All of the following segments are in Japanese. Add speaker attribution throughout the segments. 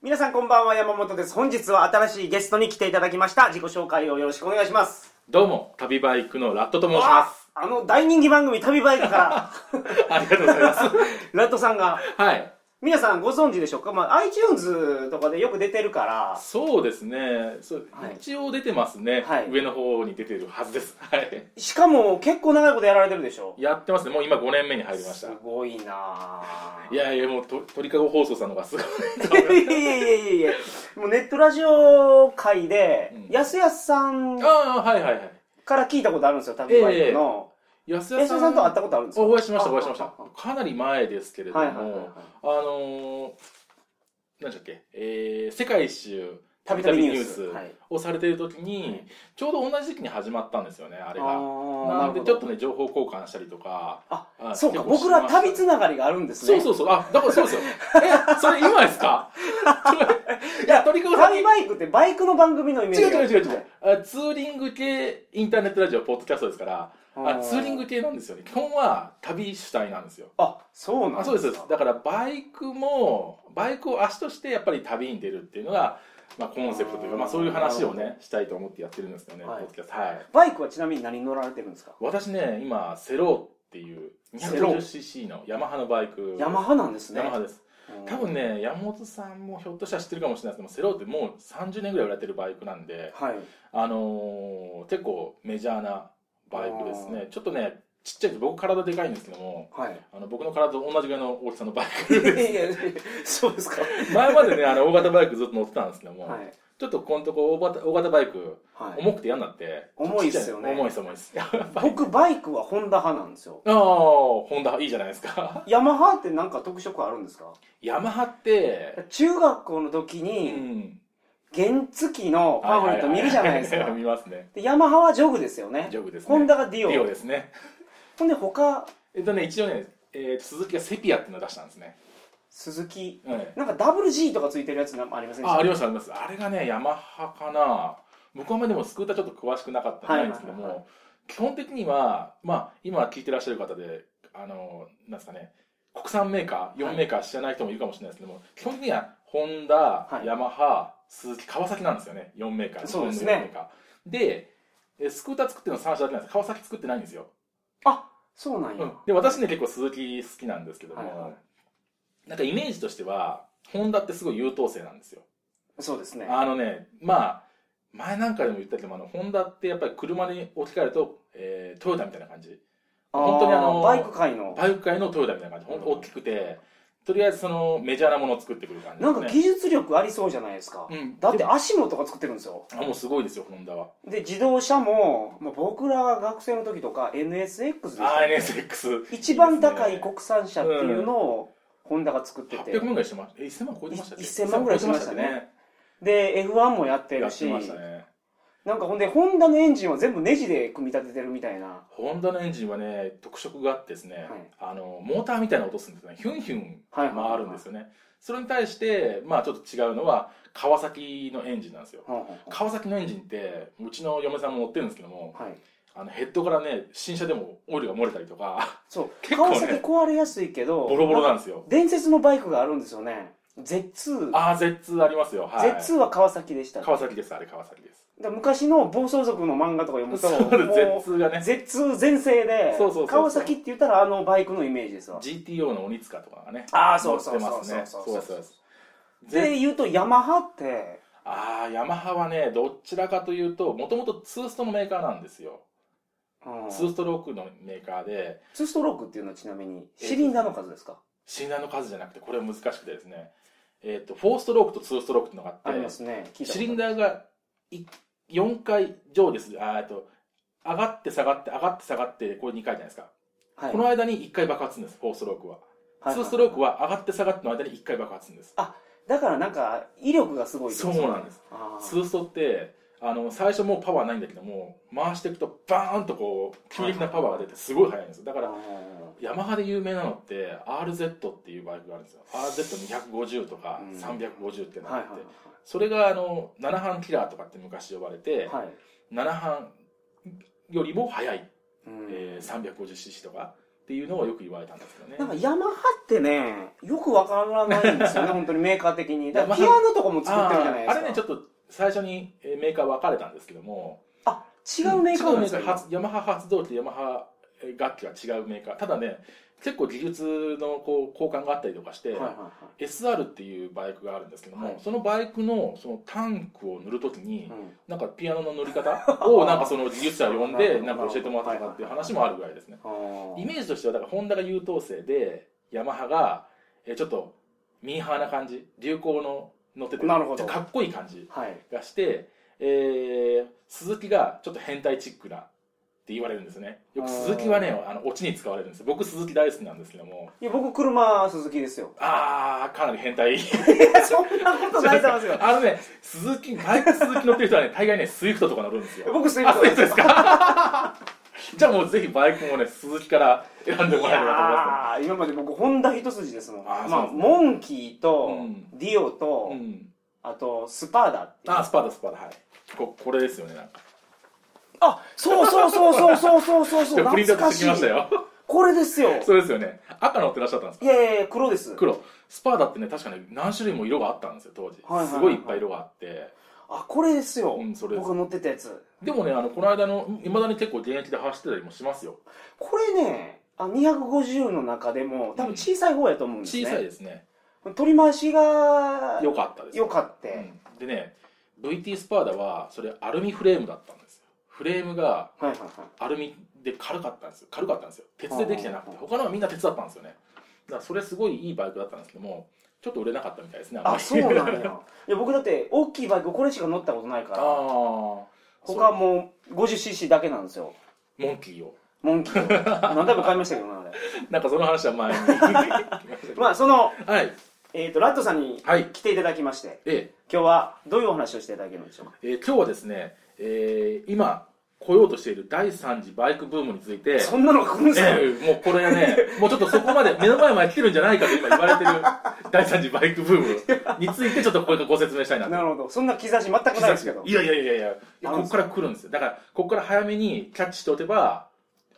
Speaker 1: 皆さんこんばんは山本です本日は新しいゲストに来ていただきました自己紹介をよろしくお願いします
Speaker 2: どうも、旅バイクのラットと申しま
Speaker 1: あの大人気番組旅バイクから
Speaker 2: す。ありがとうございます。
Speaker 1: ラットさんが
Speaker 2: はい。
Speaker 1: 皆さんご存知でしょうか、まあ、iTunes とかでよく出てるから
Speaker 2: そうですね。そう
Speaker 1: はい
Speaker 2: 一応出てますね、
Speaker 1: はい
Speaker 2: 上の方に出てるはずです。はい。
Speaker 1: しかも結構長いことやられてるでしょ
Speaker 2: やってますね。もう今5年目に入りまし
Speaker 1: す
Speaker 2: た。
Speaker 1: ごいなあ
Speaker 2: いやいや、もうと鳥かご放送さんの方がすごい。
Speaker 1: いやいやいやいやいやもうネットラジオ界で、
Speaker 2: うん
Speaker 1: やすやすさん
Speaker 2: ああ、はいはいはい。
Speaker 1: から聞いたことあるんですよ、旅バイクの。
Speaker 2: 安
Speaker 1: やすやすさんと会ったことあるんですか
Speaker 2: お会いしました、お会いしまし
Speaker 1: あ
Speaker 2: た
Speaker 1: あ。
Speaker 2: かなり前ですけれども、
Speaker 1: はいはいはいはい
Speaker 2: あのー、何でしたっけ、えー、世界一周、たび
Speaker 1: 旅
Speaker 2: たび
Speaker 1: 旅
Speaker 2: ニ
Speaker 1: ニ
Speaker 2: ュ
Speaker 1: ュ
Speaker 2: ー
Speaker 1: ー
Speaker 2: ス
Speaker 1: スはい
Speaker 2: をされてる時に、
Speaker 1: はい
Speaker 2: ちょうど同じ時期に始まったんですよね、あれが。
Speaker 1: な
Speaker 2: なんでちょっとね情報交換したりとか
Speaker 1: あ
Speaker 2: あ
Speaker 1: そうか
Speaker 2: 結構
Speaker 1: 僕ら
Speaker 2: しました
Speaker 1: 旅つながりがあるんです
Speaker 2: そ
Speaker 1: ね
Speaker 2: うそうそうあだからそうですよえそれ今ですかいや鳥かごさん
Speaker 1: 旅
Speaker 2: 違
Speaker 1: バイクってバイクの番組のイ
Speaker 2: う
Speaker 1: メージ
Speaker 2: 違う違う違
Speaker 1: はいう
Speaker 2: あツーリング系インターネットラジオポッドキャストですからあ
Speaker 1: うん
Speaker 2: ツーリング系なんですよね基本は旅主体なんですよ
Speaker 1: あそうなん
Speaker 2: あそうですそうですだからバイクもバイクを足としてやっぱり旅に出るっていうのが、まあ、コンセプトというか、まあ、そういう話を
Speaker 1: なる
Speaker 2: ねしたいと思ってやってるんですけどね、
Speaker 1: はい
Speaker 2: ポッドキャストはい
Speaker 1: バイクはちなみに何乗られてるんですか
Speaker 2: 私ね今セローっていう
Speaker 1: セロー
Speaker 2: 250cc のヤマハのバイク
Speaker 1: ヤマハなんですね
Speaker 2: ヤマハです
Speaker 1: うん
Speaker 2: 多分ね山本さんもひょっとしたら知ってるかもしれないですけどセローってもう30年ぐらい売られてるバイクなんで
Speaker 1: はい
Speaker 2: あのー結構メジャーなバイクです
Speaker 1: あ
Speaker 2: ねちょっとねちっちゃいです僕体でかいんですけども
Speaker 1: はい
Speaker 2: あの僕の体と同じぐらいの大きさのバイ
Speaker 1: い
Speaker 2: ク
Speaker 1: や
Speaker 2: で
Speaker 1: いやいやそうですか
Speaker 2: す前までねあの大型バイクずっと乗ってたんですけども、
Speaker 1: はい
Speaker 2: ちょっとこのとこ大型大型バイク
Speaker 1: はい
Speaker 2: 重くて嫌になって
Speaker 1: 重いっすよね
Speaker 2: ちっちゃい重いです重いで すあ
Speaker 1: 僕バイクはホンダ派なんですよ
Speaker 2: あホンダいいじゃないですか
Speaker 1: ヤマハってなんか特色あるんですか
Speaker 2: ヤマハって、
Speaker 1: 中学校の時
Speaker 2: う
Speaker 1: に
Speaker 2: ん、
Speaker 1: 原付きのパンフレット見るじゃないですか
Speaker 2: ははは見ますね。
Speaker 1: でヤマハはジョグですよね
Speaker 2: ジョグですね。
Speaker 1: ホンダがディオ
Speaker 2: リオですね。
Speaker 1: ほんで他
Speaker 2: えっとね、一応ね、えー、鈴木がセピアっていうのを出したんですね。
Speaker 1: 鈴木
Speaker 2: はい
Speaker 1: なんかダブル G とかついてるやつなありませんでし
Speaker 2: あ、
Speaker 1: た
Speaker 2: ありますあります。あれがね、ヤマハかな。僕はあんまりでもスクーターちょっと詳しくなかったん
Speaker 1: は
Speaker 2: で
Speaker 1: い
Speaker 2: ないんですけども、
Speaker 1: はい
Speaker 2: 基本的には、まあ、今聞いてらっしゃる方で、あの、なんですかね、国産メーカー、
Speaker 1: は
Speaker 2: 4
Speaker 1: い
Speaker 2: メーカー知らない人もいるかもしれないですけども、基本的には、ホンダ
Speaker 1: は、い
Speaker 2: ヤマハ、鈴木、川崎なんですよね、4メーカー。
Speaker 1: そうです
Speaker 2: 日
Speaker 1: ね
Speaker 2: 本の四メーカーで、えスクーター作ってるの3社だけなんです川崎作ってないんですよ。
Speaker 1: あそうなんや、
Speaker 2: うん、で私ね結構鈴木好きなんですけども、
Speaker 1: はいは
Speaker 2: なんかイメージとしてはホンダってすごい優等生なんですよ
Speaker 1: そうですね
Speaker 2: あのねまあ前なんかでも言ったけどもあのホンダってやっぱり車に置き換えると、えートヨタみたいな感じ本当にあの
Speaker 1: ーバイク界の
Speaker 2: バイク界のトヨタみたいな感じほんと
Speaker 1: うん
Speaker 2: 大きくてとりあえずそのメジャーなものを作ってくる感じ
Speaker 1: なんか
Speaker 2: です
Speaker 1: 技術力ありそうじゃないですか、
Speaker 2: うん
Speaker 1: だって足もとか作ってるんですよ
Speaker 2: あもうすごいですよホンダは
Speaker 1: で自動車も、まあ、僕らが学生の時とか NSX ですよ
Speaker 2: RNSX
Speaker 1: 一番高い国産車っていうのをホンダが作ってて、
Speaker 2: 800万ぐらいしてましたえ1000万超えてましたっけ
Speaker 1: い1000万ぐらいしてましたね
Speaker 2: 1000万超
Speaker 1: で F1 もやって
Speaker 2: えてま
Speaker 1: る
Speaker 2: し
Speaker 1: し
Speaker 2: たねやってましたね
Speaker 1: なんかほんでホンダのエンジンは全部ネジで組み立ててるみたいな
Speaker 2: ホンダのエンジンはね特色があってですね、あのモーターみたいな音するんですよねヒュンヒュン
Speaker 1: はい
Speaker 2: 回るんですよね、それに対してまあちょっと違うのは川崎のエンジンなんですよ
Speaker 1: はんはんはん
Speaker 2: 川崎のエンジンってうちの嫁さんも乗ってるんですけども
Speaker 1: はい
Speaker 2: あのヘッドからね新車でもオイルが漏れたりとか
Speaker 1: そう、
Speaker 2: 結構
Speaker 1: 川
Speaker 2: ね
Speaker 1: 崎壊れやすいけど
Speaker 2: ボロボロなんですよ
Speaker 1: 伝説のバイクがあるんですよね Z2
Speaker 2: ああ Z2 ありますよはい
Speaker 1: Z2 は川崎でした、ね、だか
Speaker 2: 川崎ですあれ川崎です
Speaker 1: ら昔の暴走族の漫画とか読むと
Speaker 2: そう
Speaker 1: もう
Speaker 2: Z2 がね
Speaker 1: Z2 全盛で
Speaker 2: そうそうそうそう
Speaker 1: 川崎って言ったらあのバイクのイメージですわ
Speaker 2: GTO の鬼塚とかがね
Speaker 1: ああそうそう
Speaker 2: 乗っ
Speaker 1: そう
Speaker 2: て
Speaker 1: そう
Speaker 2: ます
Speaker 1: そ
Speaker 2: ね
Speaker 1: う
Speaker 2: そうそうそう
Speaker 1: で言うとヤマハって
Speaker 2: ああ、ヤマハはね、どちらかというと、もともとツーストのメーカーなんですよ。
Speaker 1: うん
Speaker 2: ツーストロークのメーカーで、
Speaker 1: ツーストロークっていうのはちなみにシリンダーの数ですか、
Speaker 2: 診断の数じゃなくて、これは難しくてですね、えっ、と、4ストロークと2ストロークっていうのがあ
Speaker 1: あり
Speaker 2: っ
Speaker 1: ますね
Speaker 2: て、シリン
Speaker 1: ダー
Speaker 2: ダーがい4回上下する、あーえっと、上がって下がって、上がって下がって、これ2回じゃないですか。
Speaker 1: はい
Speaker 2: この間に1回爆発するんです、4ストロークは。
Speaker 1: はい
Speaker 2: 2ストロークは上がって下がっての間に1回爆発するんです。
Speaker 1: だからなんか威力がすごいってこと
Speaker 2: そうなんです
Speaker 1: あ
Speaker 2: ツーストってあの最初もうパワーないんだけども回していくとバーンとこう急激なパワーが出てすごい速いんですよだ
Speaker 1: あ
Speaker 2: からヤマハで有名なのって RZ っていうバイクがあるんですよ RZ250 とか
Speaker 1: うん
Speaker 2: 350ってな
Speaker 1: はいはい
Speaker 2: っててそれがあの7班キラーとかって昔呼ばれて
Speaker 1: はいはい
Speaker 2: 7班よりも速い、
Speaker 1: うん
Speaker 2: えー 350cc とかっていうのはよく言われたんですけどね
Speaker 1: なんかヤマハってねよくわからないんです よね本当にメーカー的にだからピ
Speaker 2: ヤ
Speaker 1: ア
Speaker 2: マハ
Speaker 1: ノとかも作ってるじゃないですか
Speaker 2: あーあれねちょっと最初にえーメーカー分かれたんですけども
Speaker 1: あ違うメーカー
Speaker 2: 違
Speaker 1: な
Speaker 2: うんメ
Speaker 1: です
Speaker 2: ー
Speaker 1: か
Speaker 2: カー発ヤマハ発動機ヤマハえー楽器は違うメーカーただね結構技術のこう交換があったりとかして、
Speaker 1: はいはいは
Speaker 2: SR っていうバイクがあるんですけども、
Speaker 1: はい
Speaker 2: そのバイクのそのタンクを塗るときに、
Speaker 1: いうん
Speaker 2: なんかピアノの塗り方を なんかその技術者を呼 ん
Speaker 1: なる
Speaker 2: で
Speaker 1: ほど
Speaker 2: なんか教えてもらったとかっていう話もあるぐらいですね
Speaker 1: あー
Speaker 2: イメージとしてはだからホンダが優等生でヤマハがえーちょっとミーハーな感じ流行の乗ってて
Speaker 1: なるほど
Speaker 2: かっこいい感じ
Speaker 1: はい
Speaker 2: がして、えー、鈴木がちょっと変態チックなって言われるんですねよく鈴木はねあのオチに使われるんです僕鈴木大好きなんですけども
Speaker 1: いや僕車鈴木ですよ
Speaker 2: あーかなり変
Speaker 1: い
Speaker 2: 態
Speaker 1: やそんなことないと思いますよ
Speaker 2: あのね、鈴木、バイク鈴木乗ってる人はね、大概ね、スイフトとか乗るんですよ。
Speaker 1: 僕スイ
Speaker 2: あ
Speaker 1: フト
Speaker 2: スイフトですか じゃあもうぜひバイクもね、鈴木から選んでもらえればと思い
Speaker 1: い
Speaker 2: ま
Speaker 1: やー今まで僕ホンダ一筋ですもん
Speaker 2: あー
Speaker 1: ま
Speaker 2: そう
Speaker 1: あ
Speaker 2: ですね
Speaker 1: モンキーと
Speaker 2: うん
Speaker 1: ディオと、
Speaker 2: すね。うん。
Speaker 1: あとスパーダっていう
Speaker 2: あ、スパーダ、スパーダ、はい。ここれですよね、なんか。
Speaker 1: あそうそうそうそうそうそう そうそう
Speaker 2: プリント
Speaker 1: 懐
Speaker 2: アウト
Speaker 1: か
Speaker 2: し
Speaker 1: してい
Speaker 2: きましたよ。
Speaker 1: これですよ
Speaker 2: そうですよ ね。赤乗ってらっしゃったんですか
Speaker 1: いやいやいや黒です
Speaker 2: 黒。スパーダってね、確かね、何種類も色があったんですよ、当時。
Speaker 1: はいはいはいはい
Speaker 2: すごいいっぱい色があって。
Speaker 1: あこれですよ、
Speaker 2: うんそれです
Speaker 1: 僕が乗ってたやつ
Speaker 2: でもね、あの、この間の、いまだに結構現役で走ってたりもしますよ。
Speaker 1: これねあ250の中でも多分小さい方やと思うんですね、
Speaker 2: 小さいですね。
Speaker 1: 取り回しが
Speaker 2: 良かったです。
Speaker 1: よかって、
Speaker 2: うんでね VT スパーダはそれアルミフレームだったんですよフレームが
Speaker 1: はいはいはい
Speaker 2: アルミで軽かったんですよ軽かったんですよ鉄でできてなくて他のはみんな鉄だったんですよねだからそれすごいいいバイクだったんですけどもちょっと売れなかったみたいですねんまり
Speaker 1: あ そうなん
Speaker 2: あ
Speaker 1: やいや僕だって大きいバイクこれしか乗ったことない から他
Speaker 2: あ
Speaker 1: は
Speaker 2: そう
Speaker 1: もう 50cc だけなんですよ
Speaker 2: モンキーを
Speaker 1: モンキー を何回も買いましたけどなあれ
Speaker 2: なんかその話は 前に聞きましたけど
Speaker 1: まあその、
Speaker 2: はい
Speaker 1: えー、とラットさんに
Speaker 2: はい
Speaker 1: 来ていただきまして
Speaker 2: え
Speaker 1: 今日はどういうお話をしていただけるんでしょうか
Speaker 2: ええー今日はですね、えー今来ようとしている第3次バイクブームについて
Speaker 1: そんなのが来るんですか、
Speaker 2: ええもうこれは ね、もうちょっとそこまで、目の前まで来てるんじゃないかと今言われて る第3次バイクブームについてちょっとこれからご説明したいなと
Speaker 1: なるほどそんな兆し全くないですけど
Speaker 2: いやいやいやいや、
Speaker 1: なる
Speaker 2: こ
Speaker 1: ほど
Speaker 2: こから来るんですよ。だから、ここから早めにキャッチしておけば、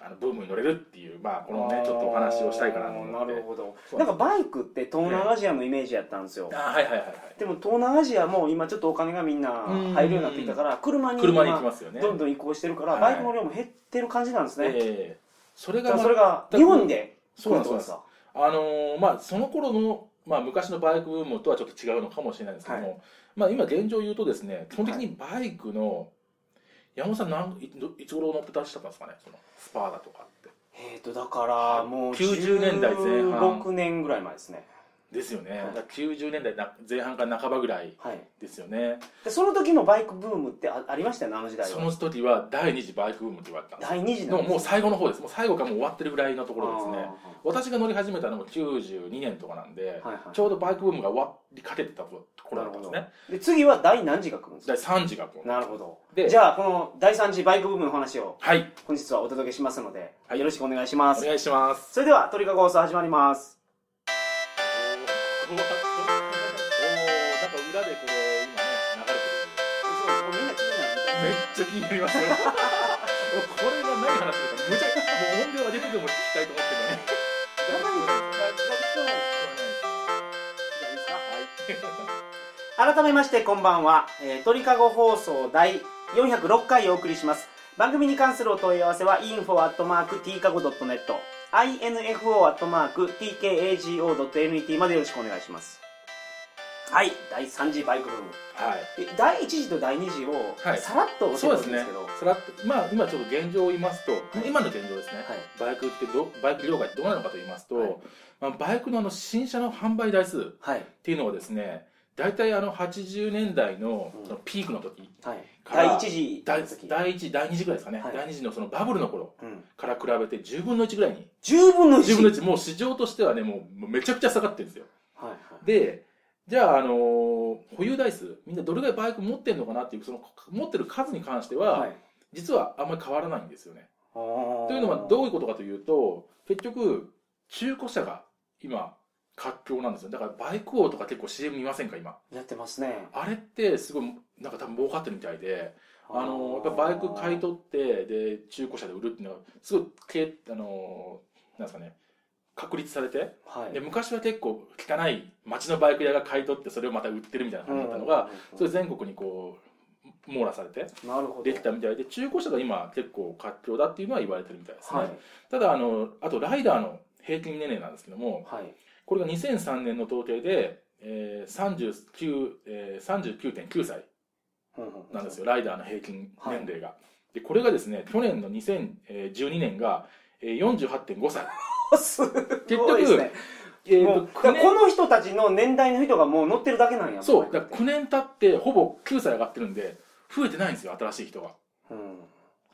Speaker 2: あのブームに乗れるっていう、まあ、このね、ちょっとお話をしたいかなと思
Speaker 1: あ
Speaker 2: っ
Speaker 1: ー
Speaker 2: て。
Speaker 1: なるほど
Speaker 2: そう
Speaker 1: なんかバイクって東南アジアのイメージやったんですよ、
Speaker 2: あーはいはいはいはい。
Speaker 1: でも東南アジアも今ちょっとお金がみんな入るようになってきたから車に
Speaker 2: 車に行きますよね。
Speaker 1: どんどん移行してるから、
Speaker 2: はい
Speaker 1: バイクの量も減ってる感じなんですね、
Speaker 2: ええそれ
Speaker 1: じ
Speaker 2: が
Speaker 1: ゃあ
Speaker 2: まあ
Speaker 1: それが日本で
Speaker 2: そうなんです
Speaker 1: 来るってことですか
Speaker 2: あのーまあ、その頃の、まあ、昔のバイクブームとはちょっと違うのかもしれないですけども、まあ、今現状言うとですね基本的にバイクの、山本さんなんいどいつ頃乗ってらっしゃったんですかねそのスパーだとかって
Speaker 1: えっ、とだからもう
Speaker 2: 90年代前半
Speaker 1: 6年ぐらい前ですね
Speaker 2: ですよね、
Speaker 1: はい
Speaker 2: だから90年代な前半から半ばぐらい
Speaker 1: はい
Speaker 2: ですよね
Speaker 1: でその時もバイクブームってあありましたよねあの時代は
Speaker 2: その時は第二次バイクブームって言われたんです
Speaker 1: 第2次
Speaker 2: で
Speaker 1: なんで
Speaker 2: も
Speaker 1: す
Speaker 2: もう最後の方ですもう最後からもう終わってるぐらいのところですね
Speaker 1: あー
Speaker 2: 私が乗り始めたのも92年とかなんで、
Speaker 1: はいはい
Speaker 2: ちょうどバイクブームが終わりかけてたところだったんですね
Speaker 1: で次は第何次が来るんですか
Speaker 2: 第3次がこう
Speaker 1: なるほど
Speaker 2: で
Speaker 1: じゃあこの第3次バイクブームの話を
Speaker 2: はい
Speaker 1: 本日はお届けしますので、
Speaker 2: はい
Speaker 1: よろしくお願いしま
Speaker 2: お
Speaker 1: す
Speaker 2: 願いします。
Speaker 1: それでは鳥かご放送始まります
Speaker 2: おーなんか裏でこれ今ね流れてる。めっちゃ気になります。もうこれが何話してるかむちゃもう音量上げてでも聞きたいと思ってるのに。
Speaker 1: 改めましてこんばんは、えー、鳥かご放送第406回をお送りします番組に関するお問い合わせは info.tkago.net info.tkago.net までよろしくお願いしますはい第3次バイクブーム
Speaker 2: はい。
Speaker 1: え第1次と第2次を
Speaker 2: はい
Speaker 1: さらっと教
Speaker 2: そう
Speaker 1: え
Speaker 2: で
Speaker 1: てほしい
Speaker 2: す
Speaker 1: んで
Speaker 2: ね
Speaker 1: すけど、。
Speaker 2: さらっとまあ今ちょっと現状を言いますと、今の現状ですね。
Speaker 1: はい
Speaker 2: バイクってどバイク業界ってどうなのかと言いますと、
Speaker 1: はい
Speaker 2: まあバイクのあの新車の販売台数っ
Speaker 1: はい
Speaker 2: ていうのはですね、大体あの80年代のそのピークの時。
Speaker 1: はい
Speaker 2: から
Speaker 1: 第1次
Speaker 2: 第
Speaker 1: の時
Speaker 2: 第1第2次ぐらいですかね、
Speaker 1: はい
Speaker 2: 第2次のそのバブルの頃
Speaker 1: うん、
Speaker 2: から比べて10分の1ぐらいに
Speaker 1: 10分の1
Speaker 2: 10分の1もう市場としてはねもうもうめちゃくちゃ下がってるんですよ
Speaker 1: はいはい
Speaker 2: でじゃあ、あのー保有台数みんなどれぐらいバイク持ってるのかなっていうその持ってる数に関しては、
Speaker 1: はい
Speaker 2: 実はあんまり変わらないんですよね
Speaker 1: と
Speaker 2: というのはどういうことかというと結局中古車が今活況なんですよだからバイク王とか結構 CM 見ませんか今
Speaker 1: やってますね
Speaker 2: あれってすごいなんか多分儲かってるみたいであのやっぱバイク買い取ってで中古車で売るっていうのはすごいけあのなんですかね確立されて
Speaker 1: はい
Speaker 2: で昔は結構汚い町のバイク屋が買い取ってそれをまた売ってるみたいな感じだったのが、それ全国にこう網羅されて
Speaker 1: うんなるほど
Speaker 2: できたみたいで中古車が今結構活況だっていうのは言われてるみたいですね、
Speaker 1: はい
Speaker 2: ただあのあとライダーの平均年齢なんですけども
Speaker 1: はい
Speaker 2: これが2003年の統計で、えー、39.9、えー、39.9歳なんです
Speaker 1: よ
Speaker 2: よ、ライダーの平均年齢が、でこれがですね去年の2012年がえー48.5歳
Speaker 1: すごい
Speaker 2: 局
Speaker 1: ですね
Speaker 2: えー
Speaker 1: も
Speaker 2: と
Speaker 1: う
Speaker 2: 9
Speaker 1: こ
Speaker 2: 年
Speaker 1: の人たちの年代の人がもう乗ってるだけなんや
Speaker 2: そう
Speaker 1: も
Speaker 2: だから9年経ってほぼ9歳上がってるんで増えてないんですよ新しい人が
Speaker 1: うん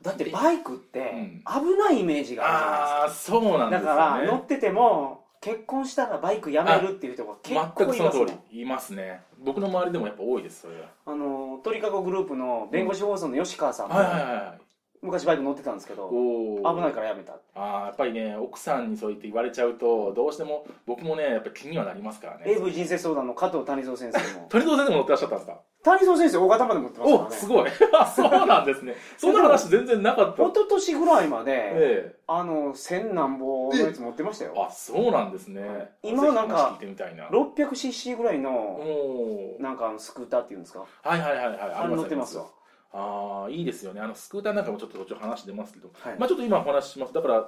Speaker 1: だってバイクって
Speaker 2: うん
Speaker 1: 危ないイメージがあるじゃないですか
Speaker 2: ああーそうなんで
Speaker 1: だ
Speaker 2: す
Speaker 1: から乗
Speaker 2: よね
Speaker 1: ってても結婚したらバイクやめるっていう人が結構
Speaker 2: 全く
Speaker 1: い
Speaker 2: そ
Speaker 1: ま
Speaker 2: の
Speaker 1: す
Speaker 2: 通
Speaker 1: ね
Speaker 2: りいますね僕の周りでもやっぱ多いですそれは
Speaker 1: あの鳥かごグループの弁護士放送の吉川さんも
Speaker 2: はいはいはい
Speaker 1: 昔バイク乗ってたんですけど
Speaker 2: おー
Speaker 1: 危ないからやめた
Speaker 2: あーやっぱりね奥さんにそう言って言われちゃうとどうしても僕もねやっぱ気にはなりますからね
Speaker 1: AV 人生相談の加藤谷蔵先生も
Speaker 2: 鳥蔵先生も乗ってらっしゃったんですか
Speaker 1: 谷蔵先生大型まで持ってますから
Speaker 2: お
Speaker 1: ね
Speaker 2: すごい あそうなんで すねそんな話全然なかった
Speaker 1: 一昨年ぐらいまで
Speaker 2: え
Speaker 1: あの千何本のやつ持ってました
Speaker 2: え
Speaker 1: よ
Speaker 2: あそうなんですね
Speaker 1: 今はなんか
Speaker 2: ぜひ話聞いてみたいな
Speaker 1: 600cc ぐらい
Speaker 2: お
Speaker 1: の
Speaker 2: お
Speaker 1: なんかあのスクーターっていうんですか
Speaker 2: はいはいはいはい
Speaker 1: あ
Speaker 2: あり
Speaker 1: れ
Speaker 2: ます
Speaker 1: 乗ってますわ
Speaker 2: ああいいですよねあのスクーターなんかもちょっと途中話出ますけど、
Speaker 1: はい
Speaker 2: まあちょっと今お話ししますだから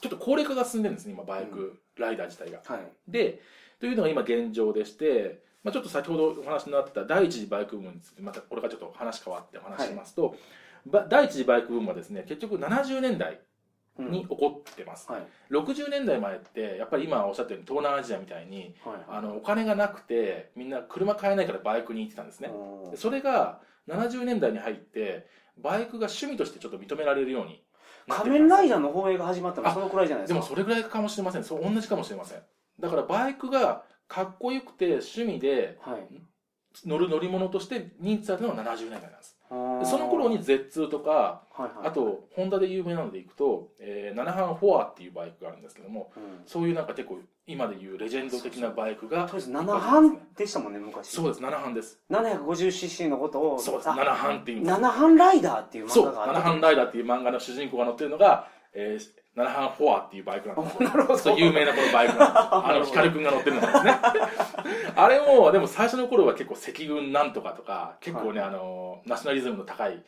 Speaker 2: ちょっと高齢化が進んでるんですね今バイク、
Speaker 1: う
Speaker 2: ライダー自体が
Speaker 1: はい
Speaker 2: でというのが今現状でして、まあ、ちょっと先ほどお話になった第一次バイクブームについてまたこれからちょっと話変わってお話しますと、ば第一次バイクブームはですね結局70年代
Speaker 1: うん
Speaker 2: に起こってます、
Speaker 1: はい
Speaker 2: 60年代前ってやっぱり今おっしゃったように東南アジアみたいに
Speaker 1: はい
Speaker 2: あのお金がなくてみんな車買えないからバイクに行ってたんですね、
Speaker 1: うん
Speaker 2: でそれが70年代に入ってバイクが趣味としてちょっと認められるようになって
Speaker 1: 仮
Speaker 2: る
Speaker 1: 面ライダーの放映が始まったのはそのくらいじゃないで
Speaker 2: ですも
Speaker 1: か
Speaker 2: それぐらいかもしれませんそう同じかもしれませんだからバイクがかっこよくて趣味で
Speaker 1: はい
Speaker 2: 乗る乗り物として認知されたのは70年代なんです
Speaker 1: あ
Speaker 2: で
Speaker 1: ー
Speaker 2: その頃に Z2 とか
Speaker 1: はいはい
Speaker 2: あとホンダで有名なのでいくと、えー、7班フォアっていうバイクがあるんですけども
Speaker 1: うん
Speaker 2: そういうなんか結構今でいうレジェンド的なバイクが
Speaker 1: とりあえず7班でしたもんね昔
Speaker 2: そうです7班です
Speaker 1: 750cc のことを
Speaker 2: そうです
Speaker 1: あ
Speaker 2: 7班っていうんです
Speaker 1: 七班ライダーっていう漫
Speaker 2: そう、
Speaker 1: 画があ
Speaker 2: ナナハンライダーっていう漫画の主人公が乗ってるのが、えー、ナナハンフォアっていうバイクなん ですよ。
Speaker 1: なるほど
Speaker 2: そう有名なこのバイクなんです。
Speaker 1: な
Speaker 2: あ
Speaker 1: るほ
Speaker 2: の、
Speaker 1: ど
Speaker 2: ヒカルくんが乗ってるのですね。 あれも、でも最初の頃は結構赤軍なんとかとか、結構ね、あの、ナショナリズムの高い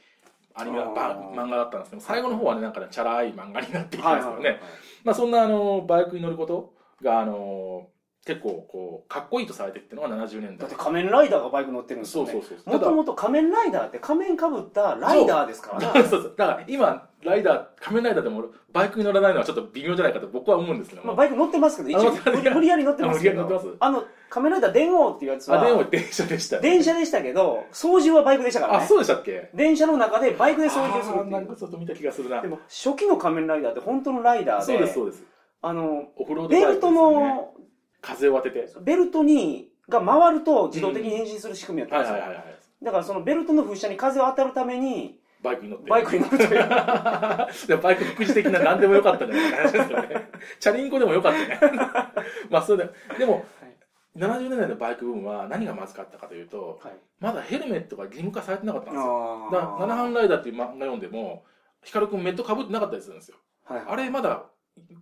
Speaker 2: アニメだ
Speaker 1: あ
Speaker 2: ば
Speaker 1: ー
Speaker 2: 漫画だったんですけど、最後の方はね、なんかね、チャラい漫画になっていた
Speaker 1: は
Speaker 2: ん
Speaker 1: い
Speaker 2: です
Speaker 1: は
Speaker 2: け
Speaker 1: い
Speaker 2: ど
Speaker 1: は
Speaker 2: ね。
Speaker 1: い
Speaker 2: まあそんな、あの、バイクに乗ることが、あの、結構、こう、かっこいいとされてっていうのが70年
Speaker 1: だって。
Speaker 2: 代
Speaker 1: 仮面ライダーがバイク乗ってるんです
Speaker 2: そ
Speaker 1: よ
Speaker 2: う
Speaker 1: ね
Speaker 2: そうそう。
Speaker 1: も
Speaker 2: た
Speaker 1: と
Speaker 2: だ
Speaker 1: もと仮面ライダーって仮面かぶったライダーですから
Speaker 2: そう
Speaker 1: ね
Speaker 2: そうだから今ライダー仮面ライダーでもバイクに乗らないのはちょっと微妙じゃないかと僕は思うんですけど
Speaker 1: まあ
Speaker 2: も、
Speaker 1: バイク乗ってますけど一
Speaker 2: あ
Speaker 1: 応
Speaker 2: 乗ってます
Speaker 1: 無理無理やり乗ってますけ
Speaker 2: あ無理やり乗っ
Speaker 1: ど
Speaker 2: て
Speaker 1: あの仮面ライダー電王っていうやつ
Speaker 2: あでも
Speaker 1: は
Speaker 2: 電車でしたね、
Speaker 1: 電車でしたけど操縦はバイクでしたから
Speaker 2: あ
Speaker 1: ね
Speaker 2: そうでしたっけ
Speaker 1: 電車の中でバイクで操縦する
Speaker 2: あ
Speaker 1: っ
Speaker 2: ー
Speaker 1: てい
Speaker 2: なんか
Speaker 1: う
Speaker 2: ちょっと見た気がするな
Speaker 1: でも初期の仮面ライダーって本当のライダー
Speaker 2: そうですそう
Speaker 1: で
Speaker 2: です
Speaker 1: あの
Speaker 2: オフロードバイ
Speaker 1: ベ
Speaker 2: ク
Speaker 1: ル
Speaker 2: です
Speaker 1: ト
Speaker 2: よね
Speaker 1: の
Speaker 2: 風を当てて
Speaker 1: ベルトにが回ると自動的に変身する仕組みだ
Speaker 2: はい
Speaker 1: っ
Speaker 2: は
Speaker 1: たん
Speaker 2: い
Speaker 1: です
Speaker 2: は
Speaker 1: よ
Speaker 2: いはい
Speaker 1: だからそのベルトの風車に風を当たるために
Speaker 2: バイクに乗って
Speaker 1: バイクに乗るという
Speaker 2: でもバイク副次的な何でもよかったんじゃないかな話ですよねチャリンコでもよかったねまあそれででも、70年代のバイクブームは何がまずかったかというと
Speaker 1: はい
Speaker 2: まだヘルメットが義務化されてなかったんですよ
Speaker 1: あ
Speaker 2: だから「七半ライダー」っていう漫画読んでも光くんメットかぶってなかったりするんですよ
Speaker 1: はい
Speaker 2: あれまだ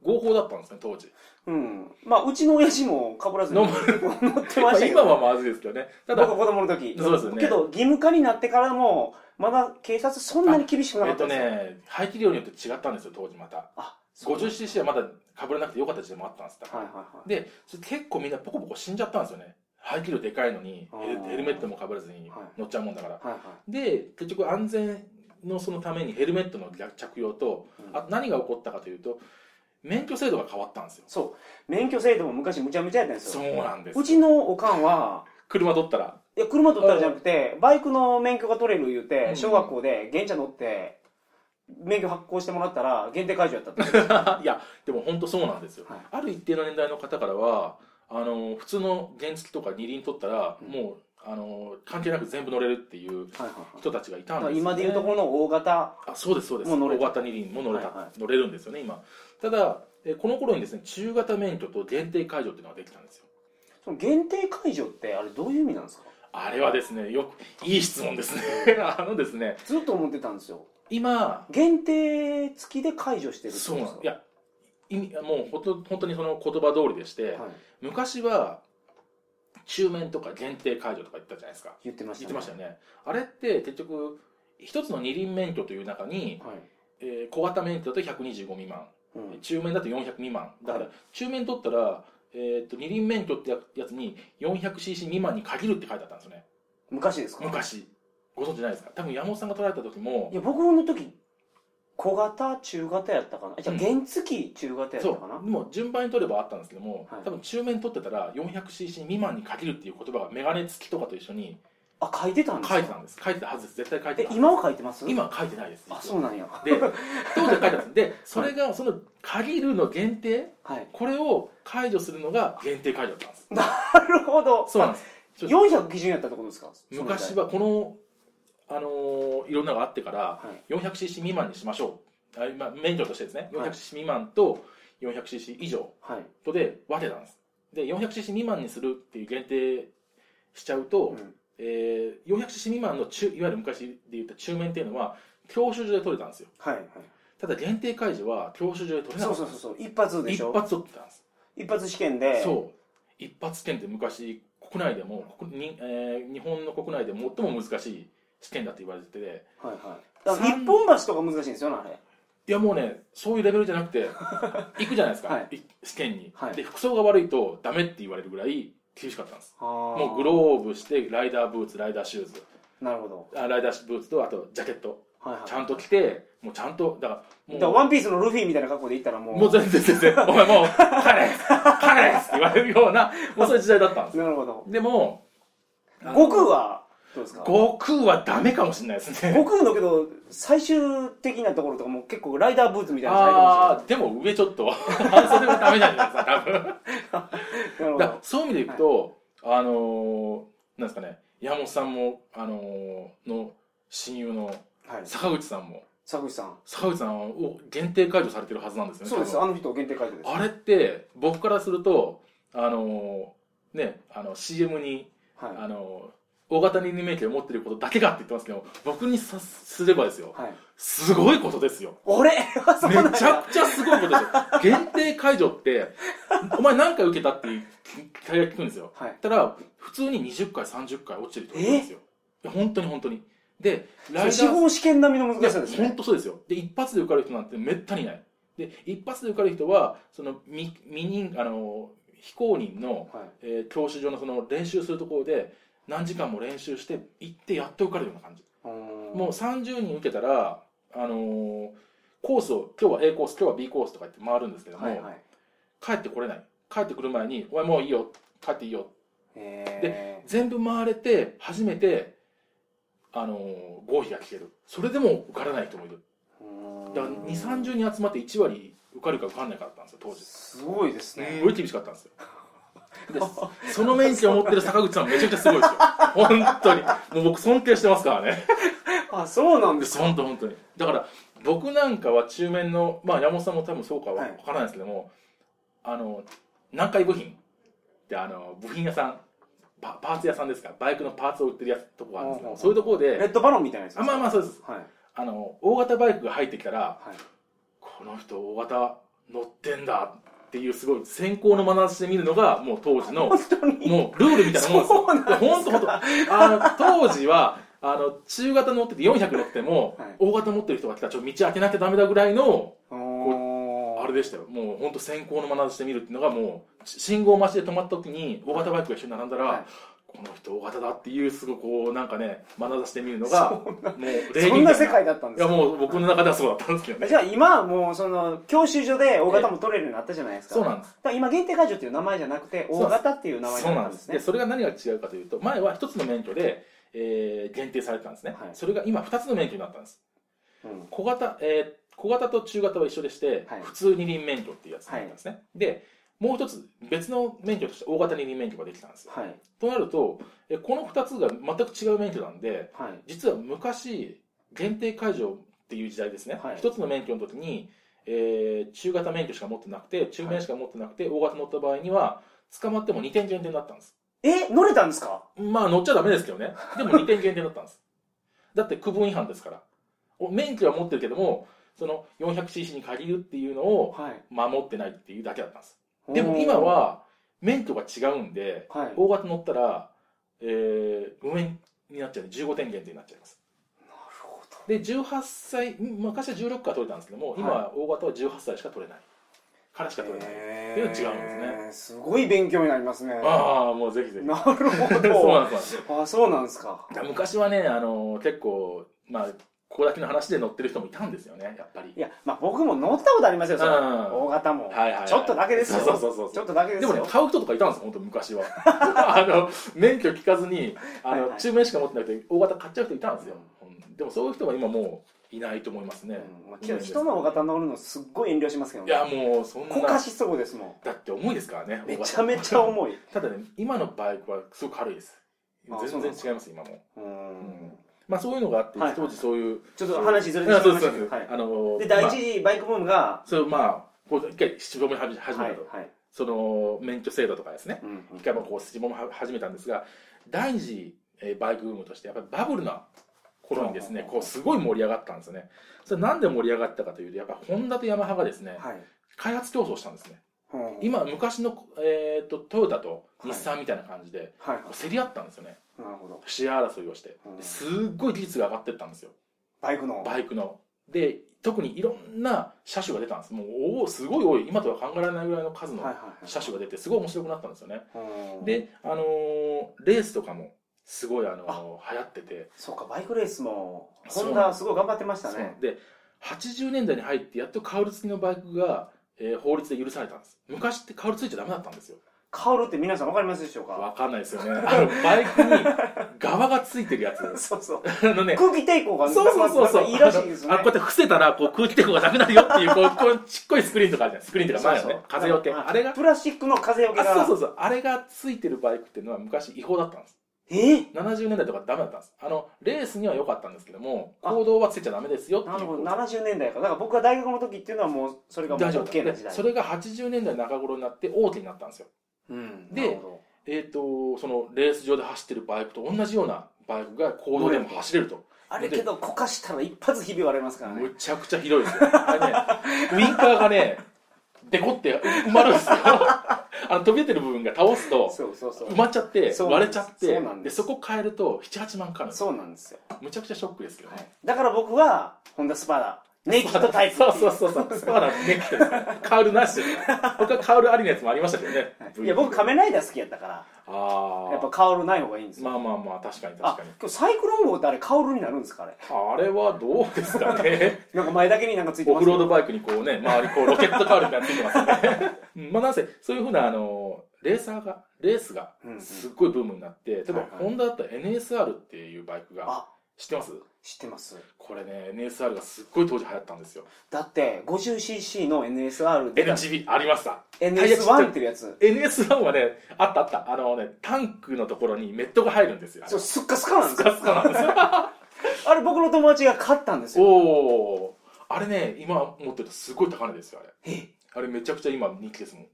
Speaker 2: 合法だったんですね当時
Speaker 1: うんまあうちの親父もかぶ らずに
Speaker 2: 飲
Speaker 1: 乗っ
Speaker 2: む
Speaker 1: て
Speaker 2: ま
Speaker 1: ま
Speaker 2: あ
Speaker 1: したけ
Speaker 2: 今
Speaker 1: ど
Speaker 2: はまずいですけどねただ
Speaker 1: 僕子供の時
Speaker 2: そうですよね
Speaker 1: けど義務化になってからもまだ警察そんなに厳しくな
Speaker 2: え
Speaker 1: か
Speaker 2: っ
Speaker 1: った
Speaker 2: と
Speaker 1: ですよ
Speaker 2: ね排気量によって違ったんですよ当時また
Speaker 1: あそうはい
Speaker 2: 50cc はまだかぶらなくてよかった時代もあったんですだから
Speaker 1: はいはい
Speaker 2: でそれ結構みんなポコポコ死んじゃったんですよね排気量でかいのにヘル
Speaker 1: あー
Speaker 2: ヘルメットもかぶらずに
Speaker 1: はい
Speaker 2: 乗っちゃうもんだから
Speaker 1: はいはい
Speaker 2: で結局安全のそのためにヘルメットの着用と
Speaker 1: うん
Speaker 2: あと何が起こったかというと免許制度が変わったんですよ
Speaker 1: そう免許制度も昔むちゃむちゃやったんです
Speaker 2: そ
Speaker 1: よ
Speaker 2: うなんです
Speaker 1: うちのおかんは
Speaker 2: 車取ったら
Speaker 1: いや車取ったらじゃなくてバイクの免許が取れる言う
Speaker 2: う
Speaker 1: て
Speaker 2: ん
Speaker 1: 小学校で現車乗って免許発行してもらったら限定解除やった って
Speaker 2: いやでも本当そうなんですよ、
Speaker 1: はい
Speaker 2: ある一定の年代の方からはあの普通の原付とか二輪取ったら、
Speaker 1: うん
Speaker 2: もうあの関係なく全部乗れるっていう
Speaker 1: はいはい
Speaker 2: 人たちがいた
Speaker 1: だ
Speaker 2: ん
Speaker 1: か
Speaker 2: で
Speaker 1: ら
Speaker 2: すよ、ね、
Speaker 1: 今でいうところの大型
Speaker 2: あそうですそうです
Speaker 1: もう乗れ
Speaker 2: 大
Speaker 1: た
Speaker 2: 型二輪も乗れた、
Speaker 1: はいは
Speaker 2: 乗れるんですよね今ただえこの頃にですね中型免許と限定解除っていうのができたんですよ
Speaker 1: その限定解除ってあれどういう意味なんですか
Speaker 2: あれはですねよくいい質問ですね あのですね
Speaker 1: ずっと思ってたんですよ
Speaker 2: 今
Speaker 1: 限定付きで解除してるってこ
Speaker 2: そ
Speaker 1: と
Speaker 2: う
Speaker 1: で
Speaker 2: な
Speaker 1: す
Speaker 2: ん
Speaker 1: か
Speaker 2: いや意味もうほと本当にその言葉通りでして、
Speaker 1: はい、
Speaker 2: 昔は中面とか限定解除とか言ったじゃないですか
Speaker 1: 言ってました、
Speaker 2: 言ってましたよねあれって結局一つの二輪免許という中に、
Speaker 1: はい
Speaker 2: えー小型免許だと125未満
Speaker 1: うん
Speaker 2: 中面だと400未満だか
Speaker 1: は
Speaker 2: ら中面取ったら、えー、と二輪免許ってやつに 400cc 未満に限るって書いてあったんですよね
Speaker 1: 昔ですか
Speaker 2: 昔ご存知ないですか多分山本さんが取られた時も
Speaker 1: いや僕の時小型中型やったかなあじゃあ
Speaker 2: うん
Speaker 1: 原付中型やった
Speaker 2: そ
Speaker 1: かな、
Speaker 2: うもう順番に取ればあったんですけども、
Speaker 1: はい
Speaker 2: 多分中面取ってたら 400cc 未満に限るっていう言葉がメガネ付きとかと一緒に
Speaker 1: あ書いてたんですか
Speaker 2: 書いてたんです書いてたはずです絶対書いて
Speaker 1: え
Speaker 2: た
Speaker 1: 今は書いてます
Speaker 2: 今は書いてないです
Speaker 1: あそうなんや
Speaker 2: で当時は書いてたんですでそれがその限るの限定
Speaker 1: はい
Speaker 2: これを解除するのが限定解除だったんです
Speaker 1: なるほど
Speaker 2: そうなんですそう
Speaker 1: 400基準やったってことですか
Speaker 2: 昔
Speaker 1: は、
Speaker 2: はこの、あのーいろんなのがあってから
Speaker 1: はい
Speaker 2: 400cc 未満にしましょうあ、まあ、免許としてですね
Speaker 1: はい
Speaker 2: 400cc 未満と 400cc 以上
Speaker 1: はい
Speaker 2: とで分けたんですで 400cc 未満にするっていう限定しちゃう
Speaker 1: う
Speaker 2: と、
Speaker 1: ん
Speaker 2: えー 400cc 未満の中いわゆる昔で言った中面っていうのは教習所で取れたんですよ
Speaker 1: はいはい
Speaker 2: ただ限定解除は教習所で取れな
Speaker 1: そうそ
Speaker 2: かったん
Speaker 1: うそう
Speaker 2: です
Speaker 1: そう一発でしょ
Speaker 2: 一発取ってたんです、
Speaker 1: 一発試験でう
Speaker 2: そう一発試験って昔国内でも国に、えー日本の国内で最も難しい試験だって言われてて
Speaker 1: はいはいだから
Speaker 2: 三
Speaker 1: 一本橋とか難しいんですよねあれ
Speaker 2: いやもうねそういうレベルじゃなく て行くじゃないですか、
Speaker 1: はい
Speaker 2: い試験に、
Speaker 1: はい
Speaker 2: で服装が悪いとダメって言われるぐらい厳しかったんですも
Speaker 1: も
Speaker 2: うグローブしてライダーブーツライダーシューズ
Speaker 1: なるほど
Speaker 2: あライダーブーツとあとジャケット
Speaker 1: はいはい
Speaker 2: ちゃんと着てもうちゃんとだからも
Speaker 1: だ
Speaker 2: う
Speaker 1: からワンピースのルフィみたいな格好で行ったらもう
Speaker 2: もう全然 全然お前もう「彼です彼です」って言われるようなもうそういう時代だったんです
Speaker 1: なるほど
Speaker 2: でもあの
Speaker 1: 悟空はどうですか
Speaker 2: 悟空はダメかもしれないですね
Speaker 1: 悟空のけど最終的なところとかも結構ライダーブーツみたいな
Speaker 2: あ
Speaker 1: の
Speaker 2: あでも上ちょっと それはダメなんじゃないですか多分
Speaker 1: されてましたよな
Speaker 2: だ
Speaker 1: るほ
Speaker 2: からそういう意味でいくと、あのーなんですかね山本さんも、あのーの親友の
Speaker 1: どはい
Speaker 2: 坂口さんも
Speaker 1: 佐口さん
Speaker 2: 坂口さんを限定解除されてるはずなんですよね
Speaker 1: そうです
Speaker 2: 多
Speaker 1: あ
Speaker 2: 分
Speaker 1: の人限定解除です
Speaker 2: あれって僕からするとあのーねあの CM に、
Speaker 1: はい
Speaker 2: あのー大型二輪免許を持ってることだけかって言ってますけど僕にさすればですよ
Speaker 1: はい
Speaker 2: すごいことですよ
Speaker 1: 俺 そう
Speaker 2: め
Speaker 1: なん
Speaker 2: ちゃ
Speaker 1: や
Speaker 2: くちゃすごいことですよ。限定解除って、お前何回受けたって聞が聞くんですよ。
Speaker 1: はい
Speaker 2: たら、普通に20回、30回落ちてる人がいるんですよ。いや本当に本当に。で、ライダー
Speaker 1: 司法試験並みの難
Speaker 2: いや
Speaker 1: しさです
Speaker 2: 本
Speaker 1: ね
Speaker 2: 当そうですよ。で、一発で受かる人なんてめったにいない。で、一発で受かる人は、その、み未認、あの、非公認の、
Speaker 1: はい
Speaker 2: えー教習所のその練習するところで、何時間も練習して、行ってやっと受かるような感じ。もう
Speaker 1: も
Speaker 2: 30人受けたら、あのーコースを今日は A コース今日は B コースとか言って回るんですけども、
Speaker 1: はいはい
Speaker 2: 帰ってこれない帰ってくる前に「お前もういいよ帰っていいよ
Speaker 1: え
Speaker 2: 全部回れて初めて、あのー合否が聞けるそれでも受からない人もいるだから2 3 0人集まって1割受かるか受かんないかだったんですよ当時す
Speaker 1: すごいですね
Speaker 2: ごい厳しかったんですよでその免許を持ってる坂口さんめちゃくちゃすごいですよ本当にもう僕尊敬してますからね
Speaker 1: あそうなんです
Speaker 2: そう本当本当にだから僕なんかは中面のまあ山本さんも多分そうかは
Speaker 1: はい
Speaker 2: 分からないですけども、あの南海部品ってあの部品屋さんパパーツ屋さんですかバイクのパーツを売ってるやつとこがあるんですけ
Speaker 1: うんうんうん
Speaker 2: どそういうところ
Speaker 1: レ
Speaker 2: で
Speaker 1: ッドバロンみたいなやつ
Speaker 2: あまあまあそうです
Speaker 1: はい
Speaker 2: あの大型バイクが入ってきたら
Speaker 1: はい
Speaker 2: この人大型乗ってんだっていうすごい先行の眼差しで見るのがもう当時の
Speaker 1: 本当に
Speaker 2: もうルールみたいなもんですよ。
Speaker 1: そうなんですか
Speaker 2: いやほんとほんとあの、当時は、あの、中型乗ってて400乗っても、
Speaker 1: はい
Speaker 2: 大型持ってる人が来たら、ちょっと道開けなきゃダメだぐらいの、
Speaker 1: おー
Speaker 2: あれでしたよ。もうほんと先行の眼差しで見るっていうのが、もう、し信号待ちで止まった時に、大型バイクが一緒に並んだら、
Speaker 1: はい
Speaker 2: この人大型だっていう、すごいこう、なんかね、眼差しで見るのが、もう、礼儀みたいな
Speaker 1: そんな世界だったん
Speaker 2: い
Speaker 1: です
Speaker 2: や、
Speaker 1: か
Speaker 2: もう僕の中ではそうだったんですけどね。
Speaker 1: じゃあ今はもうその教習所で大型も取れるようになったじゃないですか、
Speaker 2: そうなんです。
Speaker 1: だから今限定解除っていう名前じゃなくて
Speaker 2: そ
Speaker 1: 大
Speaker 2: うなんです
Speaker 1: 型っていう名前
Speaker 2: そ
Speaker 1: だ
Speaker 2: う
Speaker 1: った
Speaker 2: なんん
Speaker 1: で
Speaker 2: ですす
Speaker 1: ね
Speaker 2: でそれが何が違うかというと前は一つの免許で、えー限定されてたんですね、
Speaker 1: はい
Speaker 2: それが今二つの免許になったんです
Speaker 1: うん
Speaker 2: 小型、えー小型と中型は一緒でして、
Speaker 1: はい
Speaker 2: 普通二輪免許っていうやつになったんですね、でもう一つ別の免許として大型二輪免許ができたんですよ、
Speaker 1: はい
Speaker 2: となるとえーこの二つが全く違う免許なんで
Speaker 1: はい
Speaker 2: 実は昔限定解除っていう時代ですね
Speaker 1: はい
Speaker 2: 一、つの免許の時に、えー中型免許しか持ってなくて中免しか持ってなくて、大型乗った場合には捕まっても2点減点だったんです
Speaker 1: え乗れたんですか
Speaker 2: まあ乗っちゃダメですけどね。でも2点減点だったんです。だって区分違反ですから。お免許は持ってるけども、その 400cc に限るっていうのを
Speaker 1: はい
Speaker 2: 守ってないっていうだけだったんです
Speaker 1: ほう
Speaker 2: でも今は免許が違うんで
Speaker 1: はい
Speaker 2: 大型乗ったら、えー、無免になっちゃうんで15点減点になっちゃいます
Speaker 1: なるほど
Speaker 2: で18歳ん昔は16から取れたんですけども、今は大型は18歳しか取れないからしか取れない、
Speaker 1: へ
Speaker 2: っていうのは違うん
Speaker 1: ーすごい勉強になりますね
Speaker 2: ああもうぜひぜひ
Speaker 1: なるほ
Speaker 2: そう
Speaker 1: ど
Speaker 2: なんですよ
Speaker 1: あそうなんですか
Speaker 2: だから昔はねあの結構まあここだけの話で乗ってる人もいたんですよねやっぱり
Speaker 1: いやまあ僕も乗ったことありますよそれ
Speaker 2: うん
Speaker 1: 大型も
Speaker 2: はいはいはい
Speaker 1: ちょっとだけですよ
Speaker 2: そうそうそうそう
Speaker 1: ちょっとだけです
Speaker 2: で
Speaker 1: よ
Speaker 2: もね買う人とかいたんですよ本当昔 はあの免許聞かずにあの、
Speaker 1: はいはい
Speaker 2: 中免しか持ってなくて大型買っちゃう人いたんですよ、うんでもそういう人は今もういないと思いますね、
Speaker 1: うんまあけど人の大型乗るのすっごい遠慮しますけど
Speaker 2: い
Speaker 1: ね
Speaker 2: やもうそんな
Speaker 1: こかしそうですも
Speaker 2: だって重いですからね
Speaker 1: んめちゃめちゃ
Speaker 2: い
Speaker 1: 重い
Speaker 2: ただね今のバイクはすごく軽いです
Speaker 1: あ
Speaker 2: 全
Speaker 1: そうなんです
Speaker 2: 然違います今も
Speaker 1: うん
Speaker 2: まあそういうのがあって、
Speaker 1: はい
Speaker 2: 当時そういう
Speaker 1: ちょっと話ずれて
Speaker 2: あ
Speaker 1: し
Speaker 2: そ
Speaker 1: まいう
Speaker 2: で
Speaker 1: ますし
Speaker 2: そ
Speaker 1: たけ
Speaker 2: うです
Speaker 1: どはい
Speaker 2: あの
Speaker 1: で第
Speaker 2: ま
Speaker 1: 一
Speaker 2: あ
Speaker 1: 次バイクブームが
Speaker 2: それをまあこう一回七五目始め始
Speaker 1: は
Speaker 2: め
Speaker 1: い
Speaker 2: た
Speaker 1: はい
Speaker 2: と、その免許制度とかですね
Speaker 1: うんうん
Speaker 2: 一回まあこう七五目始めたんですが第二次えーバイクブームとしてやっぱりバブルな頃にですね
Speaker 1: うん
Speaker 2: こうすごい盛り上がったんですよねそれなんで盛り上がったかというとやっぱホンダとヤマハがですね
Speaker 1: はい
Speaker 2: 開発競争したんですね
Speaker 1: うん
Speaker 2: 今昔の、えー、とトヨタと日産みたいな感じで、
Speaker 1: はいはい
Speaker 2: こう競り合ったんですよね
Speaker 1: なるほど
Speaker 2: シェア争いをして
Speaker 1: うん
Speaker 2: すっごい技術が上がってったんですよ
Speaker 1: バイクの
Speaker 2: バイクので特にいろんな車種が出たんですもうおおすごい多い今とは考えられないぐらいの数の
Speaker 1: はいはいはい
Speaker 2: 車種が出てすごい面白くなったんですよね
Speaker 1: うん
Speaker 2: であのーレースとかもすごい、あのー流行ってて
Speaker 1: そうかバイクレースも
Speaker 2: そう
Speaker 1: ホンダすごい頑張ってました
Speaker 2: そう
Speaker 1: ね
Speaker 2: で80年代に入ってやっとカウル付きのバイクが、えー法律で許されたんです昔ってカウル付いちゃダメだったんですよ
Speaker 1: カウルって皆さんわかりますでしょうか
Speaker 2: わかんないですよねあのバイクに側がついてるやつ
Speaker 1: そうそう
Speaker 2: あのね
Speaker 1: 空気抵抗が
Speaker 2: そうそうそうそ
Speaker 1: な
Speaker 2: う。
Speaker 1: んかいいらしいですよ
Speaker 2: あ
Speaker 1: ね
Speaker 2: のあこうやって伏せたら、こう空気抵抗がなくなる よっていう、こう、こうちっこいスクリーンとかあるじゃん。スクリーンとか前の
Speaker 1: そ
Speaker 2: ね
Speaker 1: う、そう
Speaker 2: 風よけ。
Speaker 1: はい
Speaker 2: あれが、
Speaker 1: プラスチックの風よけ
Speaker 2: あ、
Speaker 1: が
Speaker 2: そうそうそう。あれがついてるバイクっていうのは昔違法だったんです。
Speaker 1: え
Speaker 2: 70年代とかダメだったんです。あの、レースには良かったんですけども、
Speaker 1: あ
Speaker 2: 行動はついちゃダメですよってい
Speaker 1: なる
Speaker 2: う
Speaker 1: ほ
Speaker 2: こ
Speaker 1: ど
Speaker 2: と。
Speaker 1: 70年代からだから僕が大学の時っていうのはもうそれがもう
Speaker 2: 大丈夫
Speaker 1: OK
Speaker 2: だ
Speaker 1: な
Speaker 2: っ
Speaker 1: 時
Speaker 2: た。
Speaker 1: 代
Speaker 2: それが80年代中頃になって大手になったんですよ。
Speaker 1: うん
Speaker 2: で
Speaker 1: なるほ
Speaker 2: えっ、と、そのレース場で走ってるバイクと同じようなバイクが公道でも走れると。
Speaker 1: どあれけどこかしたら一発ひび割れますからね
Speaker 2: むちゃくちゃひどいですよ。あれね、ウインカーがね、デコって埋まるんですよ。あの飛び出てる部分が倒すと、
Speaker 1: そうそうそう
Speaker 2: 埋まっちゃって、
Speaker 1: そうなん
Speaker 2: 割
Speaker 1: で
Speaker 2: れ
Speaker 1: す
Speaker 2: ちゃっ
Speaker 1: そ
Speaker 2: て、で
Speaker 1: うなんです
Speaker 2: そこ変えると、7、8万かかるんです
Speaker 1: そうなんですよ
Speaker 2: むちゃくちゃショックですけどね。
Speaker 1: だから僕はホンダスパダネイキッドタイプ
Speaker 2: そうそうそうそう、スパーラーネックですね。カウルなしですね。僕はカウルありのやつもありましたけどね。
Speaker 1: はいいや僕仮面ライダー好きやったから
Speaker 2: あ
Speaker 1: やっ
Speaker 2: あ
Speaker 1: ぱ。カウルない方がいいんですよ
Speaker 2: まあまあまあ、確かに
Speaker 1: あ
Speaker 2: 確かに。
Speaker 1: 今日サイクロン号ってあれカウルになるんですかあれ
Speaker 2: あれはどうですかね。
Speaker 1: なんか前だけになんかついて
Speaker 2: オ
Speaker 1: ます
Speaker 2: フ
Speaker 1: け
Speaker 2: ロー
Speaker 1: ど
Speaker 2: ドバイクにこうね、周りこうロケットカールになっていってますよ ね。うんまあなんせ、そういうふうな、あの、レーサーが、レースが
Speaker 1: うんうん、
Speaker 2: すっごいブームになって、例えば
Speaker 1: はいはい
Speaker 2: ホンダだったら NSR っていうバイクが、
Speaker 1: あ
Speaker 2: 知ってます
Speaker 1: 知ってます
Speaker 2: これね、NSR がすっごい当時流行ったんですよ。
Speaker 1: だって 50cc の NSR で
Speaker 2: NGB ありました。
Speaker 1: NS1 っていうやつ
Speaker 2: NS1 はね、あったあった。あのね、タンクのところにメットが入るんですよ。
Speaker 1: そうスッカスカなんです
Speaker 2: ス
Speaker 1: よ
Speaker 2: カスカなんですよ。
Speaker 1: あれ僕の友達が買ったんですよ
Speaker 2: おお。あれね、今持ってるとすごい高値ですよ、あれ。あれめちゃくちゃ今人気ですもん。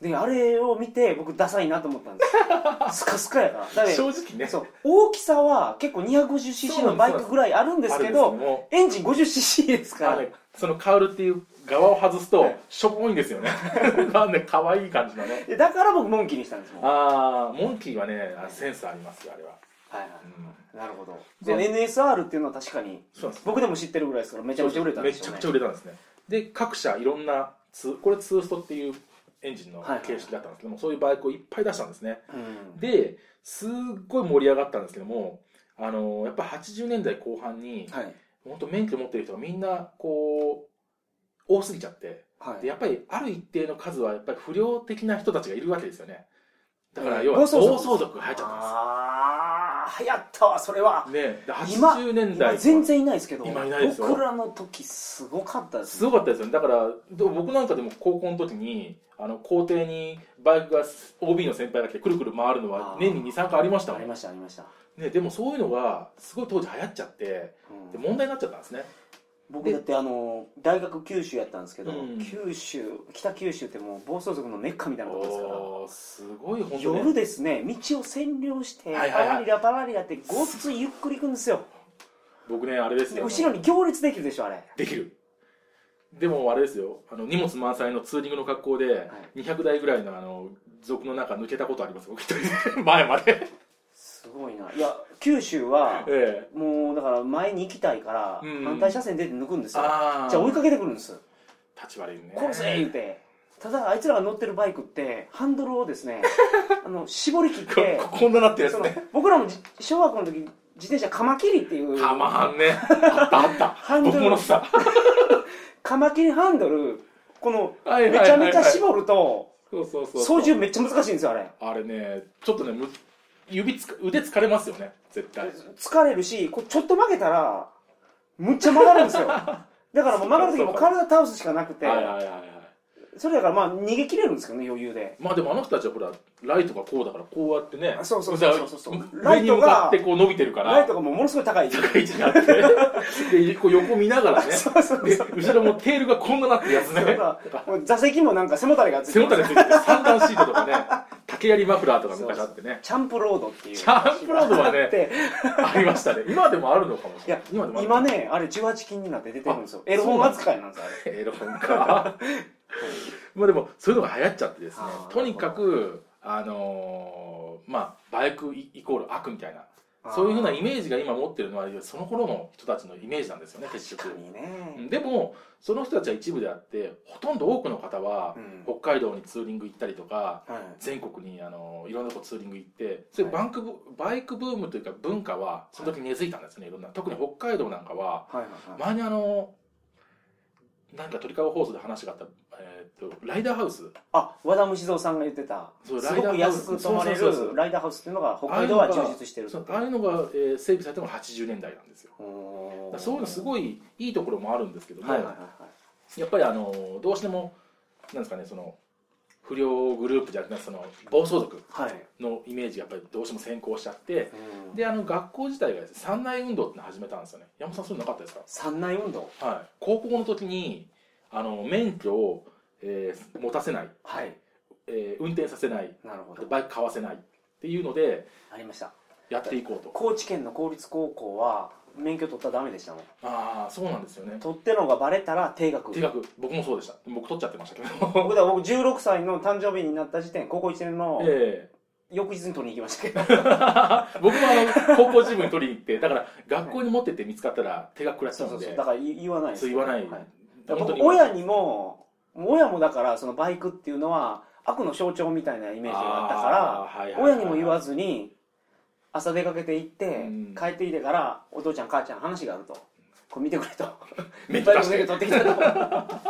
Speaker 1: であれを見て僕ダサいなと思ったん ですよスカスカやからだって
Speaker 2: 正直ね。
Speaker 1: そう大きさは結構 250cc のバイクぐらいあるんですけ
Speaker 2: ある
Speaker 1: ど
Speaker 2: んですも
Speaker 1: エンジン 50cc ですか
Speaker 2: あ
Speaker 1: ら
Speaker 2: のねそのカウルっていう側を外すと、
Speaker 1: はい
Speaker 2: しょぼいんですよね。 なんで可愛い感じのね。
Speaker 1: でだから僕モンキーにしたんですもんは
Speaker 2: ああ、モンキーはね、あセンスありますよ、あれは。
Speaker 1: いは
Speaker 2: うん
Speaker 1: いなるほど
Speaker 2: で
Speaker 1: そう NSR っていうのは確かに
Speaker 2: そうなんです。
Speaker 1: 僕でも知ってるぐらいですからめ
Speaker 2: め
Speaker 1: ちゃめちゃ売れたんですよね
Speaker 2: めちゃくちゃ売れたんですね。で、各社いろんなツー、これツーストっていうエンジンの
Speaker 1: はいはい
Speaker 2: 形式だったんですけども、そういうバイクをいっぱい出したんですね。
Speaker 1: うん
Speaker 2: で、すっごい盛り上がったんですけども、あのーやっぱ80年代後半に、
Speaker 1: はい
Speaker 2: 本当免許持ってる人がみんな、こう、多すぎちゃって、
Speaker 1: は
Speaker 2: でやっぱりある一定の数はやっぱり不良的な人たちがいるわけですよねだから要は
Speaker 1: 暴
Speaker 2: 暴
Speaker 1: 走族
Speaker 2: 走族が入っちゃった
Speaker 1: ああ流行ったわそれは
Speaker 2: んですねで
Speaker 1: 今
Speaker 2: 80年代
Speaker 1: 今全然いないですけど
Speaker 2: 今いないですよ
Speaker 1: 僕らの時すごかったです
Speaker 2: す
Speaker 1: ね
Speaker 2: ごかったですよねだからど僕なんかでも高校の時にあの校庭にバイクが OB の先輩が来てくるくる回るのは
Speaker 1: あー
Speaker 2: 年に23回ありましたも
Speaker 1: あ
Speaker 2: ん
Speaker 1: りましたありました、
Speaker 2: ね、でもそういうのがすごい当時流行っちゃって
Speaker 1: うん
Speaker 2: で問題になっちゃったんですね
Speaker 1: 僕だってあの大学九州やったんですけど、
Speaker 2: うん
Speaker 1: 九州北九州ってもう暴走族のメッカみたいなとこですから
Speaker 2: おーすごい本当
Speaker 1: 夜
Speaker 2: ね
Speaker 1: ですね道を占領して、
Speaker 2: はいはいはい
Speaker 1: パラリラパラリラってごっついゆっくり行くんですよ
Speaker 2: 僕ねあれです
Speaker 1: で
Speaker 2: よ
Speaker 1: 後ろに行列できるでしょあれ
Speaker 2: できるでもあれですよあの荷物満載のツーリングの格好で200台ぐらいのあの族の中抜けたことあります僕一人で 前まで
Speaker 1: すごいないや九州は
Speaker 2: ええ
Speaker 1: もうだから前に行きたいから
Speaker 2: うん
Speaker 1: 反対車線出て抜くんですよ
Speaker 2: ああ
Speaker 1: じゃあ追いかけてくるんです
Speaker 2: 立ち悪いね
Speaker 1: こうせ言うてただあいつらが乗ってるバイクってハンドルをです ねあの絞り切って
Speaker 2: ここんななってるやつ
Speaker 1: その
Speaker 2: ね
Speaker 1: 僕らもじ小学校の時自転車カマキリっていう
Speaker 2: たまんねあったあった
Speaker 1: ハンドル
Speaker 2: 僕ものさ
Speaker 1: カマキリハンドルこの
Speaker 2: はいはい
Speaker 1: め
Speaker 2: はい
Speaker 1: ちゃ
Speaker 2: はい
Speaker 1: めちゃ絞ると
Speaker 2: そうそうそうそう
Speaker 1: 操縦めっちゃ難しいんですよあれ
Speaker 2: あれねちょっとねむ指つか腕疲れますよね絶対
Speaker 1: 疲れるしこうちょっと曲げたらむっちゃ曲がるんです よだからもう曲がる時も体倒すしかなくて
Speaker 2: はいはいはいはい
Speaker 1: それだからまあ逃げ切れるんですけどね余裕で
Speaker 2: まあでもあの人たちはほらライトがこうだからこうやってね
Speaker 1: そうそうそうそうそう
Speaker 2: だから上に向かってこう伸びてるから
Speaker 1: ライトがもうものすごい高い
Speaker 2: 高い位置になってでこう横見ながらね
Speaker 1: そうそうそう
Speaker 2: で後ろもテールがこんななってるやつね
Speaker 1: それがもう座席もなんか背もたれがつい
Speaker 2: 背
Speaker 1: て
Speaker 2: もた
Speaker 1: ます
Speaker 2: れついてて三段シートと かね竹槍マフラーとか昔あってね
Speaker 1: チャンプロードっていう
Speaker 2: チャンプロードはね
Speaker 1: あって
Speaker 2: ありましたね今でもあるのかもし
Speaker 1: い
Speaker 2: れ
Speaker 1: や
Speaker 2: ない今でもある
Speaker 1: 今ねあれ18金になって出てるんですよエロ本扱いなんですよあれ
Speaker 2: エロ本かまあでもそういうのが流行っちゃってですね
Speaker 1: あー
Speaker 2: とにかくあのーまあバイクイコール悪みたいなそういうふうなイメージが今持ってるのはその頃の人たちのイメージなんですよね結
Speaker 1: 確か
Speaker 2: 局
Speaker 1: にね
Speaker 2: でもその人たちは一部であってほとんど多くの方は
Speaker 1: うん
Speaker 2: 北海道にツーリング行ったりとか
Speaker 1: はい
Speaker 2: 全国にあのーいろんなとこツーリング行ってそういうバンクブ、バイクブームというか文化はその時根付いたんですねいろんな特に北海道なんか
Speaker 1: は
Speaker 2: は
Speaker 1: いはいはい
Speaker 2: 前にあのなんか鳥かご放送で話があった、えーっとライダーハウス
Speaker 1: あ和田虫蔵さんが言ってたす
Speaker 2: そ
Speaker 1: ご
Speaker 2: うライダ
Speaker 1: く
Speaker 2: ーハウス
Speaker 1: 安く泊まれ
Speaker 2: そうそうそうそ
Speaker 1: る
Speaker 2: う
Speaker 1: ライダーハウスっていうのが北海道は充実してる
Speaker 2: そうああいうのが、えー整備されたのが80年代なんですよだからそういうのす
Speaker 1: い
Speaker 2: ごいいいところもあるんですけども、
Speaker 1: はいはいはいはい
Speaker 2: やっぱりあのどうしてもなんですかねその不良グループじゃなくてその暴走族
Speaker 1: はい
Speaker 2: のイメージがやっぱりどうしても先行しちゃって
Speaker 1: うん
Speaker 2: であの学校自体がですね三内運動ってのを始めたんですよね山本さんそういうのなかったですか
Speaker 1: 三内運動
Speaker 2: はい高校の時にあの免許を、えー持たせない
Speaker 1: はい
Speaker 2: えー運転させない
Speaker 1: なるほ
Speaker 2: で
Speaker 1: ど
Speaker 2: バイク買わせないっていうので
Speaker 1: ありました
Speaker 2: やっていこうと
Speaker 1: 高知県の公立高校は免許取ったらダメでしたもん
Speaker 2: ああそうなんですよね
Speaker 1: 取ってのがバレたら定額
Speaker 2: 手額僕もそうでした僕取っちゃってましたけ ど
Speaker 1: 僕だ僕16歳の誕生日になった時点高校1年の
Speaker 2: え
Speaker 1: 翌日に取りに行きましたけど
Speaker 2: え僕もあの高校チームに取りに行ってだから学校に持ってって見つかったら手がくらっち
Speaker 1: そ
Speaker 2: ゃ
Speaker 1: う
Speaker 2: う
Speaker 1: そ
Speaker 2: の
Speaker 1: うそう
Speaker 2: で
Speaker 1: だから言言わないです
Speaker 2: そう言わな
Speaker 1: は
Speaker 2: い、
Speaker 1: い
Speaker 2: だから本当
Speaker 1: 僕親にももう親もだからそのバイクっていうのは悪の象徴みたいなイメージがあった
Speaker 2: あー
Speaker 1: か
Speaker 2: はい
Speaker 1: ら
Speaker 2: はいは
Speaker 1: 親
Speaker 2: い
Speaker 1: にも言わずに朝出かけて行って
Speaker 2: うん
Speaker 1: 帰ってきてからお父ちゃん母ちゃん話があるとこれ見てくれと
Speaker 2: めっち
Speaker 1: バイ
Speaker 2: ゃ
Speaker 1: ク
Speaker 2: し
Speaker 1: だけ
Speaker 2: て
Speaker 1: 取ってきたと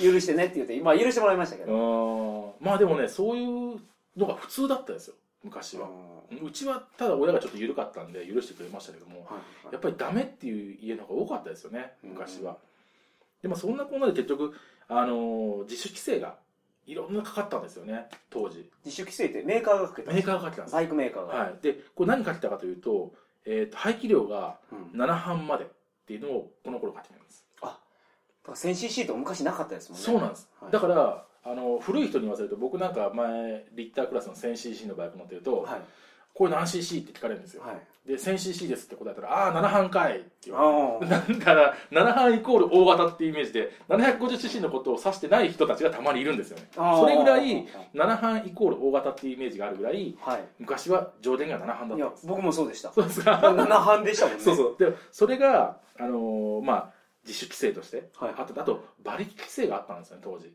Speaker 1: 許してねって言ってまあ許してもらいましたけ
Speaker 2: う
Speaker 1: ど
Speaker 2: んまあでもねそういうのが普通だったですよ昔は、うちはただ親がちょっと緩かったんで許してくれましたけども、やっぱりダメっていう家の方が多かったですよね昔は、でもそんなこんなで結局、あのー自主規制がいろんなかかったんですよね当時
Speaker 1: 自主規制ってメーカーがかけた
Speaker 2: メーカーがかかってたんです
Speaker 1: バイクメーカーが、
Speaker 2: はい、でこれ何かけたかというと,、えーと排気量が
Speaker 1: うんだ
Speaker 2: 7班までっていうのをこの頃書いてたんです、
Speaker 1: から 1000cc とか昔なかったですもんね
Speaker 2: そうなんです、
Speaker 1: はい
Speaker 2: だからあの古い人に言わせると僕なんか前リッタークラスの 1000cc のバイク乗ってると、
Speaker 1: はい
Speaker 2: これ何 cc って聞かれるんですよ、
Speaker 1: はい
Speaker 2: で 1000cc ですって答えたらああ7班かいって言われて
Speaker 1: あー
Speaker 2: なんだら7班イコール大型っていうイメージで 750cc のことを指してない人たちがたまにいるんですよね
Speaker 1: あー
Speaker 2: それぐらい7班イコール大型っていうイメージがあるぐらい
Speaker 1: はい
Speaker 2: 昔は上限が7班だ
Speaker 1: い
Speaker 2: った
Speaker 1: や
Speaker 2: んです
Speaker 1: 僕もそうで した
Speaker 2: そうです か
Speaker 1: 7班でしたもんね
Speaker 2: そうそうでそれが、あのーまあ、自主規制として、
Speaker 1: はい
Speaker 2: あとあと馬力規制があったんですよね当時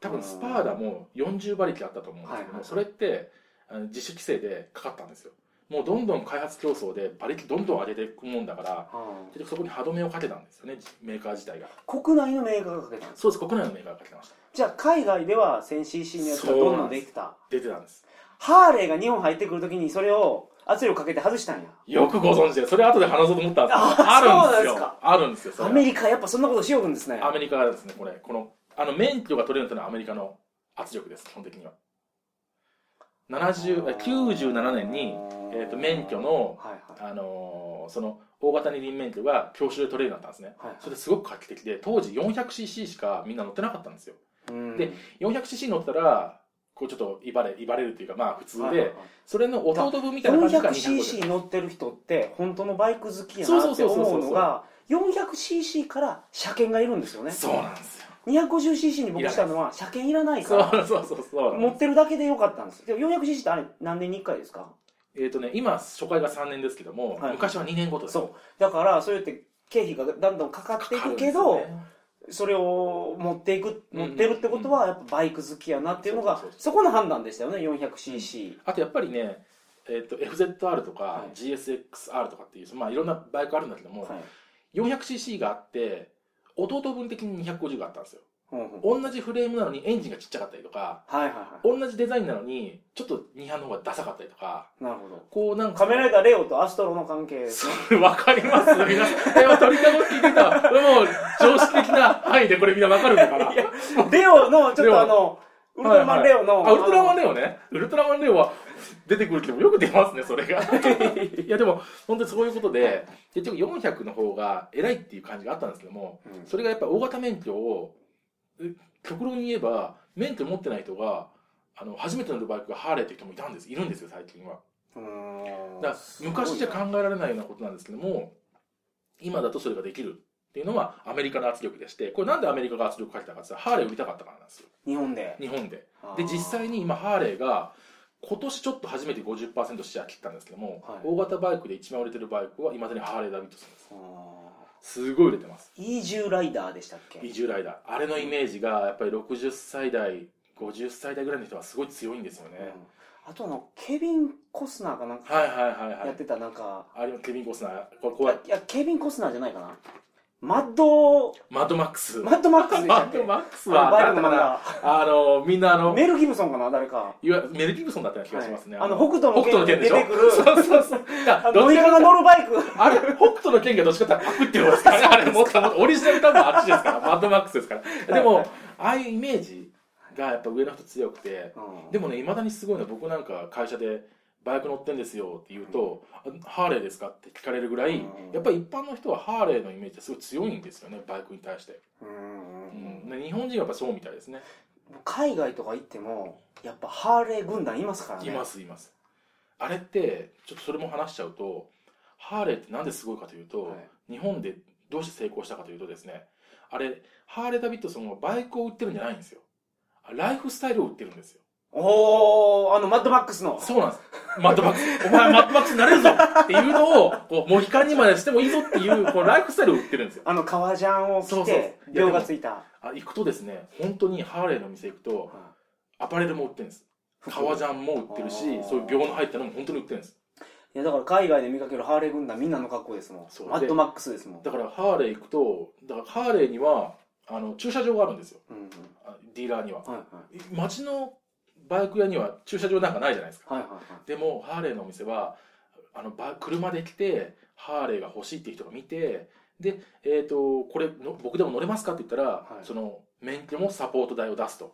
Speaker 2: 多分スパーダも40馬力あったと思うんですけども、
Speaker 1: はいはいはい
Speaker 2: それってあの自主規制でかかったんですよもうどんどん開発競争で馬力どんどん上げていくもんだから
Speaker 1: あ
Speaker 2: 結局そこに歯止めをかけたんですよねメーカー自体が
Speaker 1: ー国内のメーカーがかけたんです
Speaker 2: そうです国内のメーカーがかけてました
Speaker 1: じゃあ海外では 1000cc のやつがどんどんできた
Speaker 2: 出てたんです
Speaker 1: ハーレーが日本入ってくるときにそれを圧力かけて外したんや
Speaker 2: よくご存知でそれ後で話そうと思ったんですけど
Speaker 1: あ
Speaker 2: あるん
Speaker 1: そうなん
Speaker 2: です
Speaker 1: です
Speaker 2: よ
Speaker 1: か
Speaker 2: あるんですよそれ
Speaker 1: アメリカやっぱそんなことしよるんですね
Speaker 2: アメリカがですね、これ、この、あの、免許が取れるというのはアメリカの圧力です、基本的には。70、あ97年に、えーと免許の
Speaker 1: はいはい
Speaker 2: あのーその、大型二輪免許が教習で取れるようになったんですね。
Speaker 1: はいはい
Speaker 2: それですごく画期的で、当時 400cc しかみんな乗ってなかったんですよ。
Speaker 1: うん
Speaker 2: で 400cc 乗ったら、こうちょっと威張れ、威張れるっていうか、まあ普通で、
Speaker 1: はいはいはい
Speaker 2: それの弟分みたいな感じが200
Speaker 1: 400cc 乗ってる人って本当のバイク好きや
Speaker 2: そう
Speaker 1: な
Speaker 2: そう
Speaker 1: って
Speaker 2: そうそうそう
Speaker 1: 思うのが 400cc から車検がいるんですよね
Speaker 2: そうなんですよ
Speaker 1: 250cc に僕したのは車検いらないか
Speaker 2: そう
Speaker 1: ら
Speaker 2: そうそうそうなん
Speaker 1: 持
Speaker 2: で
Speaker 1: ってるだけでよかったんですでも 400cc ってあれ何年に1回ですか
Speaker 2: すえっ、とね今初回が3年ですけども、
Speaker 1: はい
Speaker 2: 昔は2年ごとです
Speaker 1: そうだからそうやって経費がだんだんかかっていくけど、それを持っていく
Speaker 2: うんう
Speaker 1: 持
Speaker 2: ん
Speaker 1: ってるってことはやっぱバイク好きやなっていうのが
Speaker 2: そうそうそう
Speaker 1: そこの判断でしたよね 400cc、
Speaker 2: あとやっぱりね、えー、と FZR とか
Speaker 1: い
Speaker 2: GSXR とかっていう、まあ、いろんなバイクあるんだけども、
Speaker 1: はい
Speaker 2: 400cc があって弟分的に250があったんですよ
Speaker 1: ほんほん
Speaker 2: 同じフレームなのにエンジンがちっちゃかったりとか
Speaker 1: はいはいは
Speaker 2: 同じデザインなのにちょっと2班の方がダサかったりとか
Speaker 1: いなるほど
Speaker 2: こうなんか
Speaker 1: カメライダーレオとアストロの関係
Speaker 2: それ分かります皆さんこれは鳥かご聞いてたこれもう常識的な範囲でこれみんな分かるんだから
Speaker 1: レオのちょっ
Speaker 2: レオ
Speaker 1: とあのウルトラマンレオの、
Speaker 2: あウルトラマン
Speaker 1: レ
Speaker 2: レオねウルトラマンレオは出てくるけどもよく出ますねそれ がいやでも本当にそういうことで結局400の方が偉いっていう感じがあったんですけども
Speaker 1: オ、
Speaker 2: それがやっぱ大型免許をえ極論に言えば免許持ってない人があの初めて乗るバイクがハーレーっていう人もいたんですいるんですよ最近は
Speaker 1: うんうーん
Speaker 2: だから昔じゃ考
Speaker 1: す
Speaker 2: えられないようなことなんですけども今だとそれができるっていうのはアメリカの圧力でしてこれなんでアメリカが圧力かけたかって言ったらハーレー売りたかったからなんですよ
Speaker 1: ごいな日本で
Speaker 2: 日本で
Speaker 1: あ
Speaker 2: で
Speaker 1: ー
Speaker 2: 実際に今ハーレーが今年ちょっと初めて50%シェア切ったんですけども、
Speaker 1: はい
Speaker 2: 大型バイクで一番売れてるバイクは今までにハーレーダビッドソンです
Speaker 1: あ
Speaker 2: すごい売れてます
Speaker 1: ーイージューライダーでしたっけ
Speaker 2: 移住ライダーあれのイメージがやっぱり60歳代50歳代ぐらいの人はすごい強いんですよね、
Speaker 1: うんあとあのケビン・コスナーかなんか
Speaker 2: はいはいはい
Speaker 1: や
Speaker 2: は
Speaker 1: っ
Speaker 2: い
Speaker 1: てたなんか、
Speaker 2: あれもケビン・コスナーこ怖い
Speaker 1: いやケビン・コスナーじゃないかなマッド
Speaker 2: マッドマックス
Speaker 1: マッドマックスでし
Speaker 2: マ
Speaker 1: たっ
Speaker 2: ッ
Speaker 1: け
Speaker 2: ドマックス
Speaker 1: あの
Speaker 2: は
Speaker 1: バイクの
Speaker 2: 誰だ
Speaker 1: 漫
Speaker 2: かなあのみんなあ
Speaker 1: 画
Speaker 2: の
Speaker 1: メル・ギブソンかな誰か
Speaker 2: いわゆるメル・ギブソンだったような気がしますね、
Speaker 1: はいあの北斗の
Speaker 2: 北斗の
Speaker 1: 拳
Speaker 2: 剣
Speaker 1: に
Speaker 2: でし
Speaker 1: 出
Speaker 2: ょ
Speaker 1: てく る
Speaker 2: そうそうそうだから
Speaker 1: あのノイカが乗るバイク
Speaker 2: あれ、北斗の剣がどっちかっていうとパクってるんですからね、あれ、もっともっとオリジナル多分あっちですから、マ ッドマックスですから。で
Speaker 1: は
Speaker 2: も
Speaker 1: い、
Speaker 2: ああいうイメージがやっぱ上の人強くて、 で
Speaker 1: も
Speaker 2: もね、いまだにすごいのは、僕なんか会社で、バイク乗ってんですよって言うと、あハーレーですかって聞かれるぐらい、
Speaker 1: うん
Speaker 2: やっぱり一般の人はハーレーのイメージってすごい強いんですよね、バイクに対して。うんで日本人はやっぱそうみたいですね。
Speaker 1: 海外とか行ってもやっぱハーレー軍団いますからね
Speaker 2: います、います。あれって、ちょっとそれも話しちゃうと、ハーレーってなんですごいかというと、
Speaker 1: はい
Speaker 2: 日本でどうして成功したかというとですね、あれ、ハーレー・ダビッドソンはバイクを売ってるんじゃないんですよ。あライフスタイルを売ってるんですよ。
Speaker 1: おおあのマッドマックスの
Speaker 2: そうなんです。マッドマックス。お前マッドマックスになれるぞっていうのを、こう、モヒカンにまでしてもいいぞっていう、こう、ライフスタイルを売ってるんですよ。
Speaker 1: あの革ジャンを
Speaker 2: そ
Speaker 1: 着
Speaker 2: うそうい
Speaker 1: て
Speaker 2: や
Speaker 1: 秒がついた
Speaker 2: あ、行くとですね、本当にハーレーの店行くと、アパレルも売ってるんです。革ジ
Speaker 1: ン
Speaker 2: ャンも売ってるし
Speaker 1: あー、
Speaker 2: そういう秒の入ったのも本当に売ってるんです。
Speaker 1: いやだから海外で見かけるハーレー軍団みんなの格好ですも
Speaker 2: そうん
Speaker 1: マッドマックスですもん
Speaker 2: だからハーレー行くと、だからハーレーには、あの、駐車場があるんですよ。
Speaker 1: うんうん
Speaker 2: あディーラーには。
Speaker 1: はいはい
Speaker 2: 街のバイク屋には駐車場なんかないじゃないですか。
Speaker 1: はいはいはい
Speaker 2: でも、ハーレーのお店は、あの、ば車で来て、ハーレーが欲しいっていう人が見て、で、えっ、と、これの、僕でも乗れますかって言ったら、
Speaker 1: い
Speaker 2: その、免許もサポート代を出すと。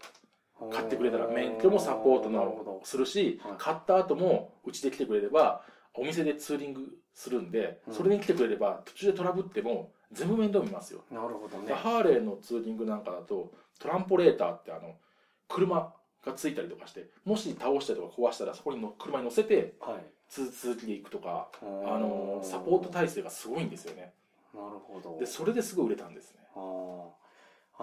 Speaker 2: 買ってくれたら、免許もサポート
Speaker 1: なるほ
Speaker 2: の
Speaker 1: ど
Speaker 2: するし
Speaker 1: はい、
Speaker 2: 買った後も、うちで来てくれれば、お店でツーリングするんで、
Speaker 1: うん
Speaker 2: それに来てくれれば、途中でトラブっても、全部面倒見ますよ。
Speaker 1: なるほどね
Speaker 2: でハーレーのツーリングなんかだとトランポレーターってあの車がついたりとかしてもし倒したりとか壊したらそこにの車に乗せて
Speaker 1: はい
Speaker 2: つ続きで行くとか、
Speaker 1: あ
Speaker 2: あのサポート体制がすごいんですよね
Speaker 1: なるほど
Speaker 2: でそれですごい売れたんですね、
Speaker 1: あー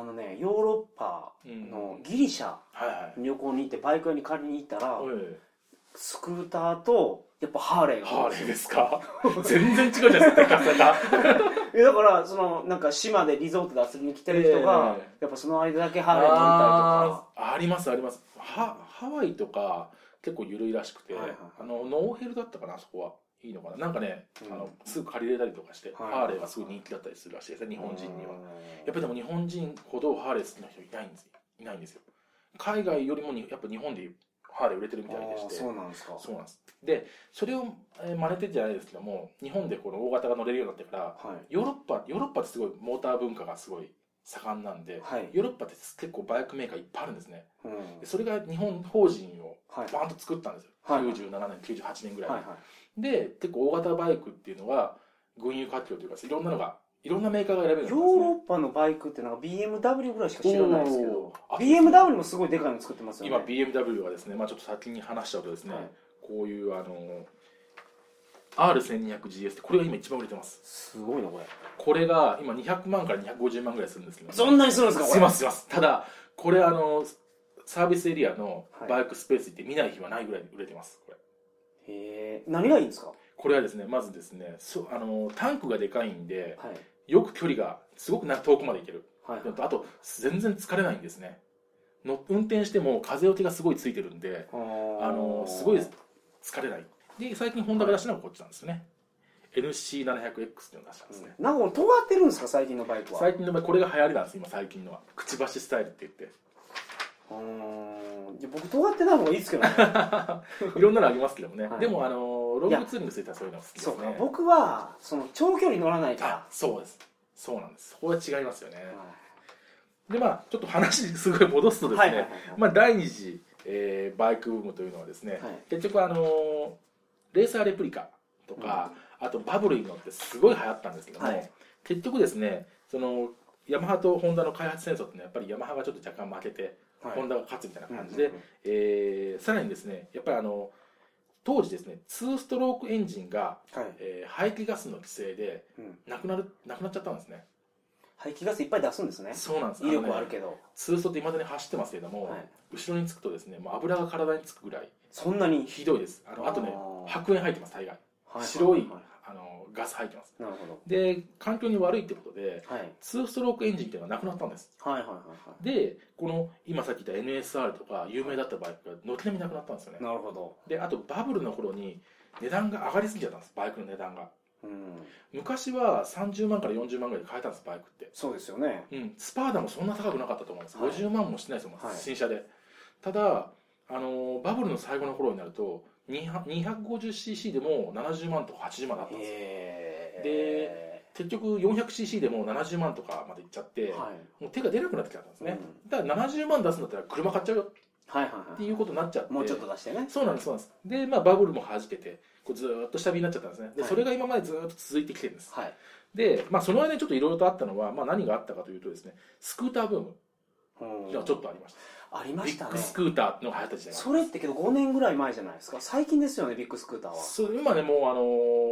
Speaker 1: あのねヨーロッパ
Speaker 2: うん
Speaker 1: のギリシャ
Speaker 2: はいはい
Speaker 1: に旅行に行ってバイク屋に借りに行ったら
Speaker 2: え
Speaker 1: スクーターとやっぱハーレー
Speaker 2: え
Speaker 1: が
Speaker 2: ハーレーですか 全然違うじゃないですか出方
Speaker 1: えだからそのなんか島でリゾートで遊びに来てる人が、
Speaker 2: え
Speaker 1: やっぱその間だけハーレーに乗りたいと
Speaker 2: あーありますありますハハワイとか結構緩いらしくて、
Speaker 1: はいはい
Speaker 2: あのノーヘルだったかなそこはいいのかななんかね、
Speaker 1: うん
Speaker 2: あのすぐ借りれたりとかして、
Speaker 1: はい
Speaker 2: ハーレーがすごい人気だったりするらしいですね日
Speaker 1: か
Speaker 2: 本人には、や
Speaker 1: や
Speaker 2: っぱ
Speaker 1: っ
Speaker 2: りでも日本人ほどハーレー好きな人いないんですいないんですよ海外よりもにやっぱ日本でハーレー売れてるみたいでして
Speaker 1: そうなんですか
Speaker 2: そうなんですでそれをえー真似てじゃないですけども日本でこの大型が乗れるようになってから
Speaker 1: はい
Speaker 2: ヨーロッパヨーロッパってすごいモーター文化がすごい盛んなんで、
Speaker 1: はい、
Speaker 2: ヨーロッパって結構バイクメーカーいっぱいあるんですね。
Speaker 1: うん、はい
Speaker 2: でそれが日本法人を
Speaker 1: はい
Speaker 2: バーンと作ったんですよ。
Speaker 1: はい
Speaker 2: 97年、98年ぐらいに、
Speaker 1: はい
Speaker 2: で、結構大型バイクっていうのは、群雄割拠というか、いろんなのが、いろんなメーカーが選べる
Speaker 1: ヨ
Speaker 2: んで
Speaker 1: ー
Speaker 2: すね。
Speaker 1: ロッパのバイクってなんか BMW ぐらいしか知らないですけど
Speaker 2: おーあ
Speaker 1: BMW もすごいでかいの作ってますよね
Speaker 2: 今 BMW はですね、まあちょっと先に話しちゃうとですね、
Speaker 1: はい
Speaker 2: こういうあの、 R1200GS ってこれが今一番売れてます
Speaker 1: すごいなこれ
Speaker 2: これが今200万から250万ぐらいするんですけど
Speaker 1: そんなにするんですかこ
Speaker 2: す
Speaker 1: れ
Speaker 2: いますすいますただこれあのサービスエリアのバイクスペース行って見ない日はないぐらい売れてますこれ
Speaker 1: へえ何がいいんですかは
Speaker 2: これはですねまずですねそあのタンクがでかいんで
Speaker 1: い
Speaker 2: よく距離がすごくな遠くまで行ける
Speaker 1: はいはい
Speaker 2: あとあと全然疲れないんですねの運転しても風よけがすごいついてるんで
Speaker 1: あ
Speaker 2: あのすごい疲れないで最近ホンダが出したのがこっちなんですよね、NC700X っていうのを出したんですね、
Speaker 1: なんかもう尖ってるんですか最近のバイクは
Speaker 2: 最近の場合これが流行りなんです今最近のはくちばしスタイルって言って
Speaker 1: うーんいや僕尖ってない方がいいですけどね
Speaker 2: いろんなのありますけどもね、
Speaker 1: はい
Speaker 2: でもあのロングツーリングする 人はそういうのが好きです
Speaker 1: そ
Speaker 2: ね
Speaker 1: うか僕はその長距離乗らないから
Speaker 2: あそうですそうなんですそこは違いますよね、
Speaker 1: は
Speaker 2: でまあちょっと話すごい戻すと
Speaker 1: い
Speaker 2: ですね、
Speaker 1: はいはいはい
Speaker 2: まあ、第二次、えーバイクブームというのはですね、
Speaker 1: はい
Speaker 2: 結局あのーレーサーレプリカとか、あとバブルに乗ってすごい流行ったんですけども、
Speaker 1: はい
Speaker 2: 結局ですねそのヤマハとホンダの開発戦争ってねやっぱりヤマハがちょっと若干負けて、
Speaker 1: はい
Speaker 2: ホンダが勝つみたいな感じ
Speaker 1: う
Speaker 2: で
Speaker 1: んうんうん、
Speaker 2: えーさらにですねやっぱりあの当時ですね2ストロークエンジンが、
Speaker 1: はい
Speaker 2: えー排気ガスの規制で
Speaker 1: うん
Speaker 2: なくなるなくなっちゃったんですね
Speaker 1: 排気ガスいっぱい出すんですね
Speaker 2: そうなんです
Speaker 1: 威力はあ
Speaker 2: の
Speaker 1: る
Speaker 2: ね
Speaker 1: けど
Speaker 2: ツーストっていまだに走ってますけれども、
Speaker 1: はい
Speaker 2: 後ろにつくとですねもう油が体につくぐらい
Speaker 1: そんなに
Speaker 2: ひどいですあのあとね
Speaker 1: あー
Speaker 2: 白煙入ってます大概
Speaker 1: は
Speaker 2: 白い
Speaker 1: は
Speaker 2: あのガス入ってます
Speaker 1: いなるほど
Speaker 2: で環境に悪いってことで
Speaker 1: はい
Speaker 2: ツーストロークエンジンっていうのがなくなったんです
Speaker 1: はいはいはい
Speaker 2: でこの今さっき言った NSR とか有名だったバイクが軒並みなくなったんですよね
Speaker 1: なるほど
Speaker 2: であとバブルの頃に値段が上がりすぎちゃったんですバイクの値段が
Speaker 1: うん昔
Speaker 2: 昔は30万から40万ぐらいで買えたんですバイクって
Speaker 1: そうですよね
Speaker 2: うん、スパーダもそんな高くなかったと思うんです、
Speaker 1: はい
Speaker 2: 50万もしてないですよ、
Speaker 1: はい
Speaker 2: 新車でただあのーバブルの最後の頃になると200 250cc でも70万とか80万だったんですよ
Speaker 1: へえ
Speaker 2: で結局 400cc でも70万とかまでいっちゃって、
Speaker 1: はい
Speaker 2: もう手が出なくなってきちゃったんですね、
Speaker 1: う
Speaker 2: だから70万出すんだったら車買っちゃうよ
Speaker 1: はいはいは
Speaker 2: っ
Speaker 1: い
Speaker 2: ていうことになっちゃって
Speaker 1: もうちょっと出してね
Speaker 2: そうなんですそうなんですで、まあ、バブルも弾けてこうずーっと下火になっちゃったんですねで
Speaker 1: はい
Speaker 2: それが今までずーっと続いてきてるんです、
Speaker 1: はい
Speaker 2: で、まあ、その間にちょっといろいろとあったのは、まあ、何があったかというとですねスクーターブーム
Speaker 1: うん
Speaker 2: がちょっとありました
Speaker 1: ありま
Speaker 2: ビ
Speaker 1: した
Speaker 2: ッ
Speaker 1: ね
Speaker 2: グスクーターってのが流行った時代が
Speaker 1: それってけど5年ぐらい前じゃないですか最近ですよねビッグスクーターは
Speaker 2: そう今ねもうあのーなん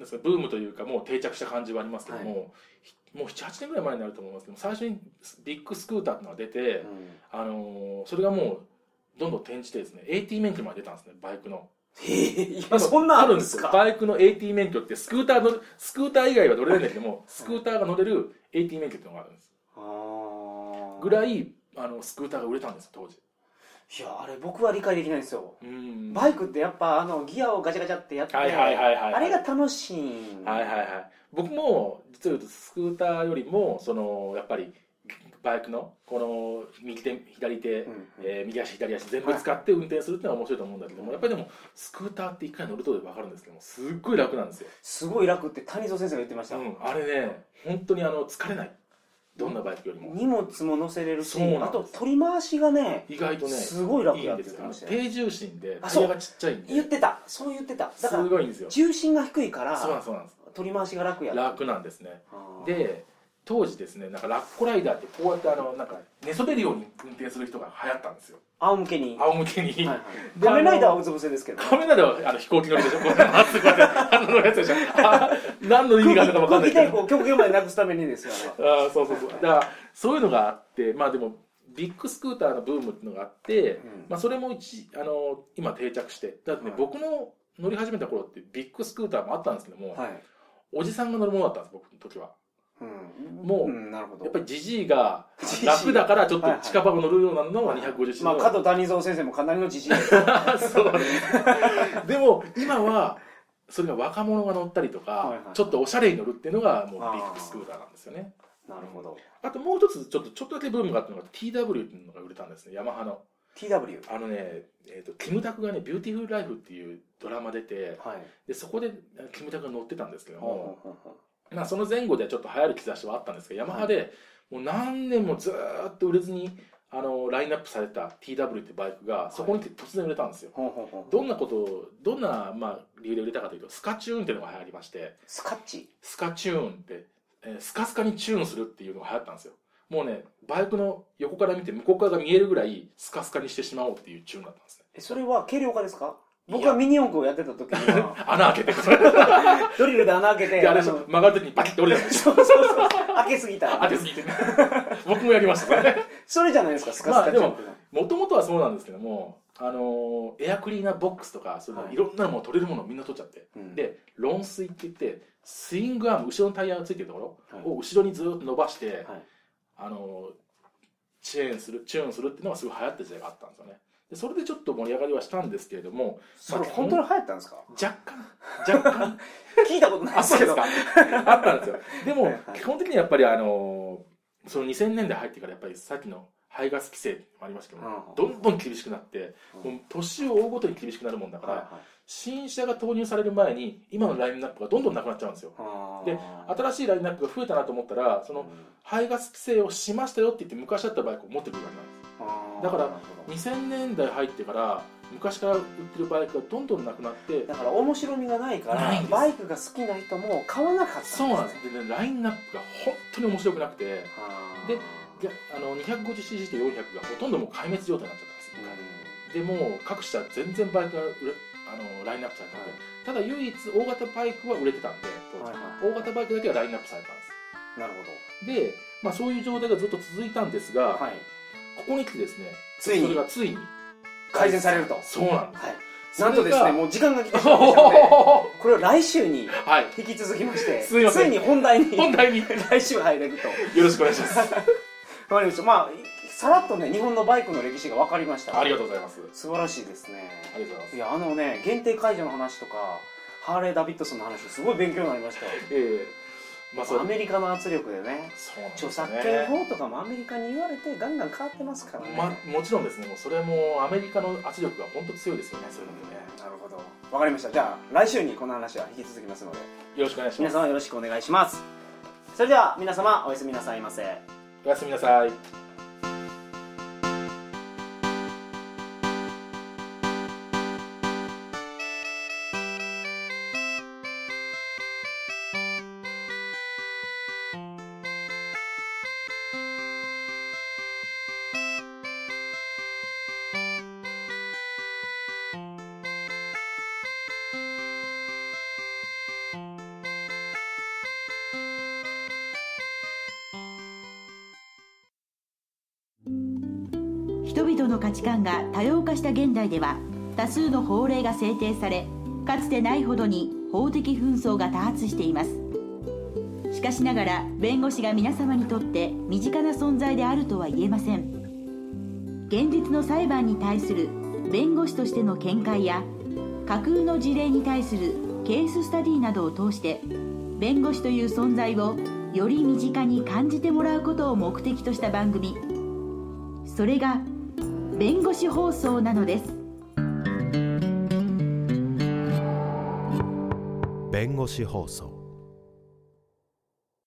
Speaker 2: ですかブームというかもう定着した感じはありますけども、ひもう78年ぐらい前になると思いますけど最初にビッグスクーターってのが出て、
Speaker 1: うん
Speaker 2: あのーそれがもうどんどん転じてですね AT 免許まで出たんですねバイクの
Speaker 1: へえいやそんなんあるんですか
Speaker 2: バイクの AT 免許ってスクーターのスクーター以外は乗れないんだけどもスクーターが乗れる AT 免許っていうのがあるんですぐ
Speaker 1: い
Speaker 2: らいあのスクーターが売れたんです当時
Speaker 1: いやあれ僕は理解できないんですよ
Speaker 2: うん
Speaker 1: バイクってやっぱあのギアをガチャガチャってやって
Speaker 2: はいはいはいはいはい
Speaker 1: あれが楽しいん
Speaker 2: はいはいはい僕も実は言うとスクーターよりもそのやっぱりバイクのこの右手左手、
Speaker 1: うんうん
Speaker 2: えー右足左足全部使って運転するってのは面白いと思うんだけども、
Speaker 1: うん
Speaker 2: やっぱりでもスクーターって一回乗ると分かるんですけどもすっごい楽なんですよ、
Speaker 1: すごい楽って谷蔵先生が言ってまし
Speaker 2: う
Speaker 1: た、
Speaker 2: ん、あれね本当にあの疲れないどんなバイクよりも、
Speaker 1: 荷物も乗せれるし
Speaker 2: そうなんです
Speaker 1: あと取り回しがね
Speaker 2: 意外とね
Speaker 1: すごい楽
Speaker 2: いい
Speaker 1: だ
Speaker 2: ん
Speaker 1: って
Speaker 2: で
Speaker 1: 言
Speaker 2: す
Speaker 1: って
Speaker 2: よあ
Speaker 1: ま
Speaker 2: の
Speaker 1: したよ
Speaker 2: 低重心で
Speaker 1: あ
Speaker 2: タ
Speaker 1: そ
Speaker 2: イ
Speaker 1: う
Speaker 2: ヤがちっちゃいんで
Speaker 1: 言ってたそう言ってただ
Speaker 2: す
Speaker 1: から
Speaker 2: ごいんですよそう
Speaker 1: 重心が低いから
Speaker 2: そうなんです
Speaker 1: 取り回しが楽や
Speaker 2: 楽なんですね
Speaker 1: あー
Speaker 2: で当時ですねなんかラッコライダーってこうやってあのなんか寝そべるように運転する人が流行ったんですよ
Speaker 1: 仰向けに、は
Speaker 2: 仰向けに、
Speaker 1: いはい、
Speaker 2: で
Speaker 1: 仮面ライダーは
Speaker 2: あの
Speaker 1: うつ伏せですけど
Speaker 2: カメラではあの飛行機乗りでしょこれまっすぐこうやってあのやつでしょあ何の意味があるのか分かん
Speaker 1: 空
Speaker 2: な
Speaker 1: 気抵
Speaker 2: いけど
Speaker 1: 抗を極限までなくすためにですよね
Speaker 2: あーそうそうそうだからそういうのがあってまあでもビッグスクーターのブームっていうのがあって、
Speaker 1: うん
Speaker 2: まあ、それも一あの今定着してだってね、
Speaker 1: はい
Speaker 2: 僕の乗り始めた頃ってビッグスクーターもあったんですけども、
Speaker 1: はい、
Speaker 2: おじさんが乗るものだったんです僕の時は
Speaker 1: うん、、
Speaker 2: もうん
Speaker 1: なるほど
Speaker 2: やっぱりジジイが
Speaker 1: ジジイ
Speaker 2: 楽だからちょっ
Speaker 1: はいは
Speaker 2: と
Speaker 1: い
Speaker 2: 近場を乗るようなのは 250cc
Speaker 1: ま
Speaker 2: の、
Speaker 1: あ加藤谷蔵先生もかなりの自信
Speaker 2: そうでも今はそれが若者が乗ったりとか、
Speaker 1: はいはい
Speaker 2: ちょっとおしゃれに乗るっていうのがもうビッグスクーターなんですよね
Speaker 1: なるほど
Speaker 2: あともう一つちょっとちょっとだけブームがあったのが TW っていうのが売れたんですねヤマハの
Speaker 1: TW
Speaker 2: あのね、えー、とキムタクがね「ビューティフルライフ」っていうドラマ出て
Speaker 1: はい
Speaker 2: でそこでキムタクが乗ってたんですけども、
Speaker 1: ほうほうほう
Speaker 2: まあ、その前後でちょっと流行る兆しはあったんですけど、ヤマハでもう何年もずーっと売れずにあのラインナップされた TW ってバイクがそこに来て突然売れたんですよ、
Speaker 1: ほうほうほう
Speaker 2: どんなことをどんな、まあ、理由で売れたかというとスカチューンっていうのが流行りまして
Speaker 1: スカッチ
Speaker 2: スカチューンって、えースカスカにチューンするっていうのが流行ったんですよもうねバイクの 横から見て向こう側が見えるぐらいスカスカにしてしまおうっていうチューンだったんですね
Speaker 1: えそれは軽量化ですか僕はミニ四駆をやってた時に は
Speaker 2: 穴開けてく
Speaker 1: ドリルで穴開けて
Speaker 2: であれ
Speaker 1: あ
Speaker 2: でしょ
Speaker 1: の
Speaker 2: 曲がる時にパキッて折れた んです
Speaker 1: そうそうそう開けすぎたら
Speaker 2: 開けすぎて僕もやりましたそれ
Speaker 1: それじゃないですかスカスカジャンプの、
Speaker 2: もともとはそうなんですけどもあのーエアクリーナーボックスとかそういうの
Speaker 1: はい
Speaker 2: いろんなもう取れるものをみんな取っちゃって、
Speaker 1: うん
Speaker 2: でロンスイって言ってスイングアーム後ろのタイヤがついてるところ
Speaker 1: はい
Speaker 2: を後ろにずっと伸ばして、
Speaker 1: はい
Speaker 2: あのーチェーンするチューンするっていうのがすごい流行った時代があったんですよねでそれでちょっと盛り上がりはしたんですけれども
Speaker 1: それ本当に流行ったんですか
Speaker 2: 若 干若干
Speaker 1: 聞いたことない
Speaker 2: あ
Speaker 1: です
Speaker 2: そう
Speaker 1: け
Speaker 2: です
Speaker 1: ど
Speaker 2: かあったんですよでも、
Speaker 1: はいはい
Speaker 2: 基本的にやっぱりあのーその2000年代入ってからやっぱりさっきの排ガス規制もありましたけど、
Speaker 1: うん
Speaker 2: どんどん厳しくなって、
Speaker 1: うん
Speaker 2: もう年を追うごとに厳しくなるもんだから、
Speaker 1: はいはい
Speaker 2: 新車が投入される前に今のラインナップがどんどんなくなっちゃうんですよ
Speaker 1: あー
Speaker 2: で新しいラインナップが増えたなと思ったらその排ガス規制をしましたよって言って昔だったバイクを持ってくるようになる
Speaker 1: あ
Speaker 2: んで
Speaker 1: ー
Speaker 2: だから
Speaker 1: なるほど
Speaker 2: す2000年代入ってから昔から売ってるバイクがどんどんなくなって
Speaker 1: だから面白みがないか
Speaker 2: ないん
Speaker 1: ら
Speaker 2: です
Speaker 1: バイクが好きな人も買わなかったんです
Speaker 2: そう
Speaker 1: ね
Speaker 2: なんですで、ね、ラインナップが本当に面白くなくて
Speaker 1: あー
Speaker 2: でであの 250cc と400がほとんどもう壊滅状態になっちゃったんですよ、でもう各社全然バイクが売れあのラインナップされてなくて、ただ唯一大型バイクは売れてたんで当時
Speaker 1: はい
Speaker 2: 大型バイクだけはラインナップされたんで
Speaker 1: なる
Speaker 2: すで、まあ、そういう状態がずっと続いたんですが、
Speaker 1: ほどはい
Speaker 2: ここに来てですね
Speaker 1: ついに
Speaker 2: それがついに
Speaker 1: 改善されると
Speaker 2: そうなんで
Speaker 1: はい
Speaker 2: す
Speaker 1: なんとです
Speaker 2: そ
Speaker 1: ね
Speaker 2: れが
Speaker 1: もう時間が来てしまいましたので
Speaker 2: は
Speaker 1: これを来週に
Speaker 2: い
Speaker 1: 引き続きまして
Speaker 2: すいません
Speaker 1: ついに本題に
Speaker 2: 本題によ
Speaker 1: 来週入れると
Speaker 2: ろしくお願いします
Speaker 1: わかりましたまあさらっとね日本のバイクの歴史が分かりました
Speaker 2: ありがとうございます
Speaker 1: 素晴らしいですね
Speaker 2: ありがとうございます
Speaker 1: いやあのね限定解除の話とかハーレー・ダビッドソンの話すごい勉強になりましたよ
Speaker 2: ええまあそ
Speaker 1: ア
Speaker 2: う
Speaker 1: メリカの圧力でね
Speaker 2: そうなんですね
Speaker 1: 著作権法とかもアメリカに言われてガンガン変わってますからね、
Speaker 2: ま、もちろんですね、もうそれもアメリカの圧力が本当強いですよね、そういうのでね。
Speaker 1: なるほどわかりましたじゃあ来週にこの話は引き続きますので
Speaker 2: よろしくお願いしま
Speaker 1: 皆
Speaker 2: す。
Speaker 1: 様よろしくお願いしますそれでは皆様おやすみなさいませ
Speaker 2: おやすみなさい。
Speaker 3: 人々の価値観が多様化した現代では多数の法令が制定されかつてないほどに法的紛争が多発していますしかしながら弁護士が皆様にとって身近な存在であるとは言えません現実の裁判に対する弁護士としての見解や架空の事例に対するケーススタディなどを通して弁護士という存在をより身近に感じてもらうことを目的とした番組それが弁護士放送なのです
Speaker 4: 弁護士放送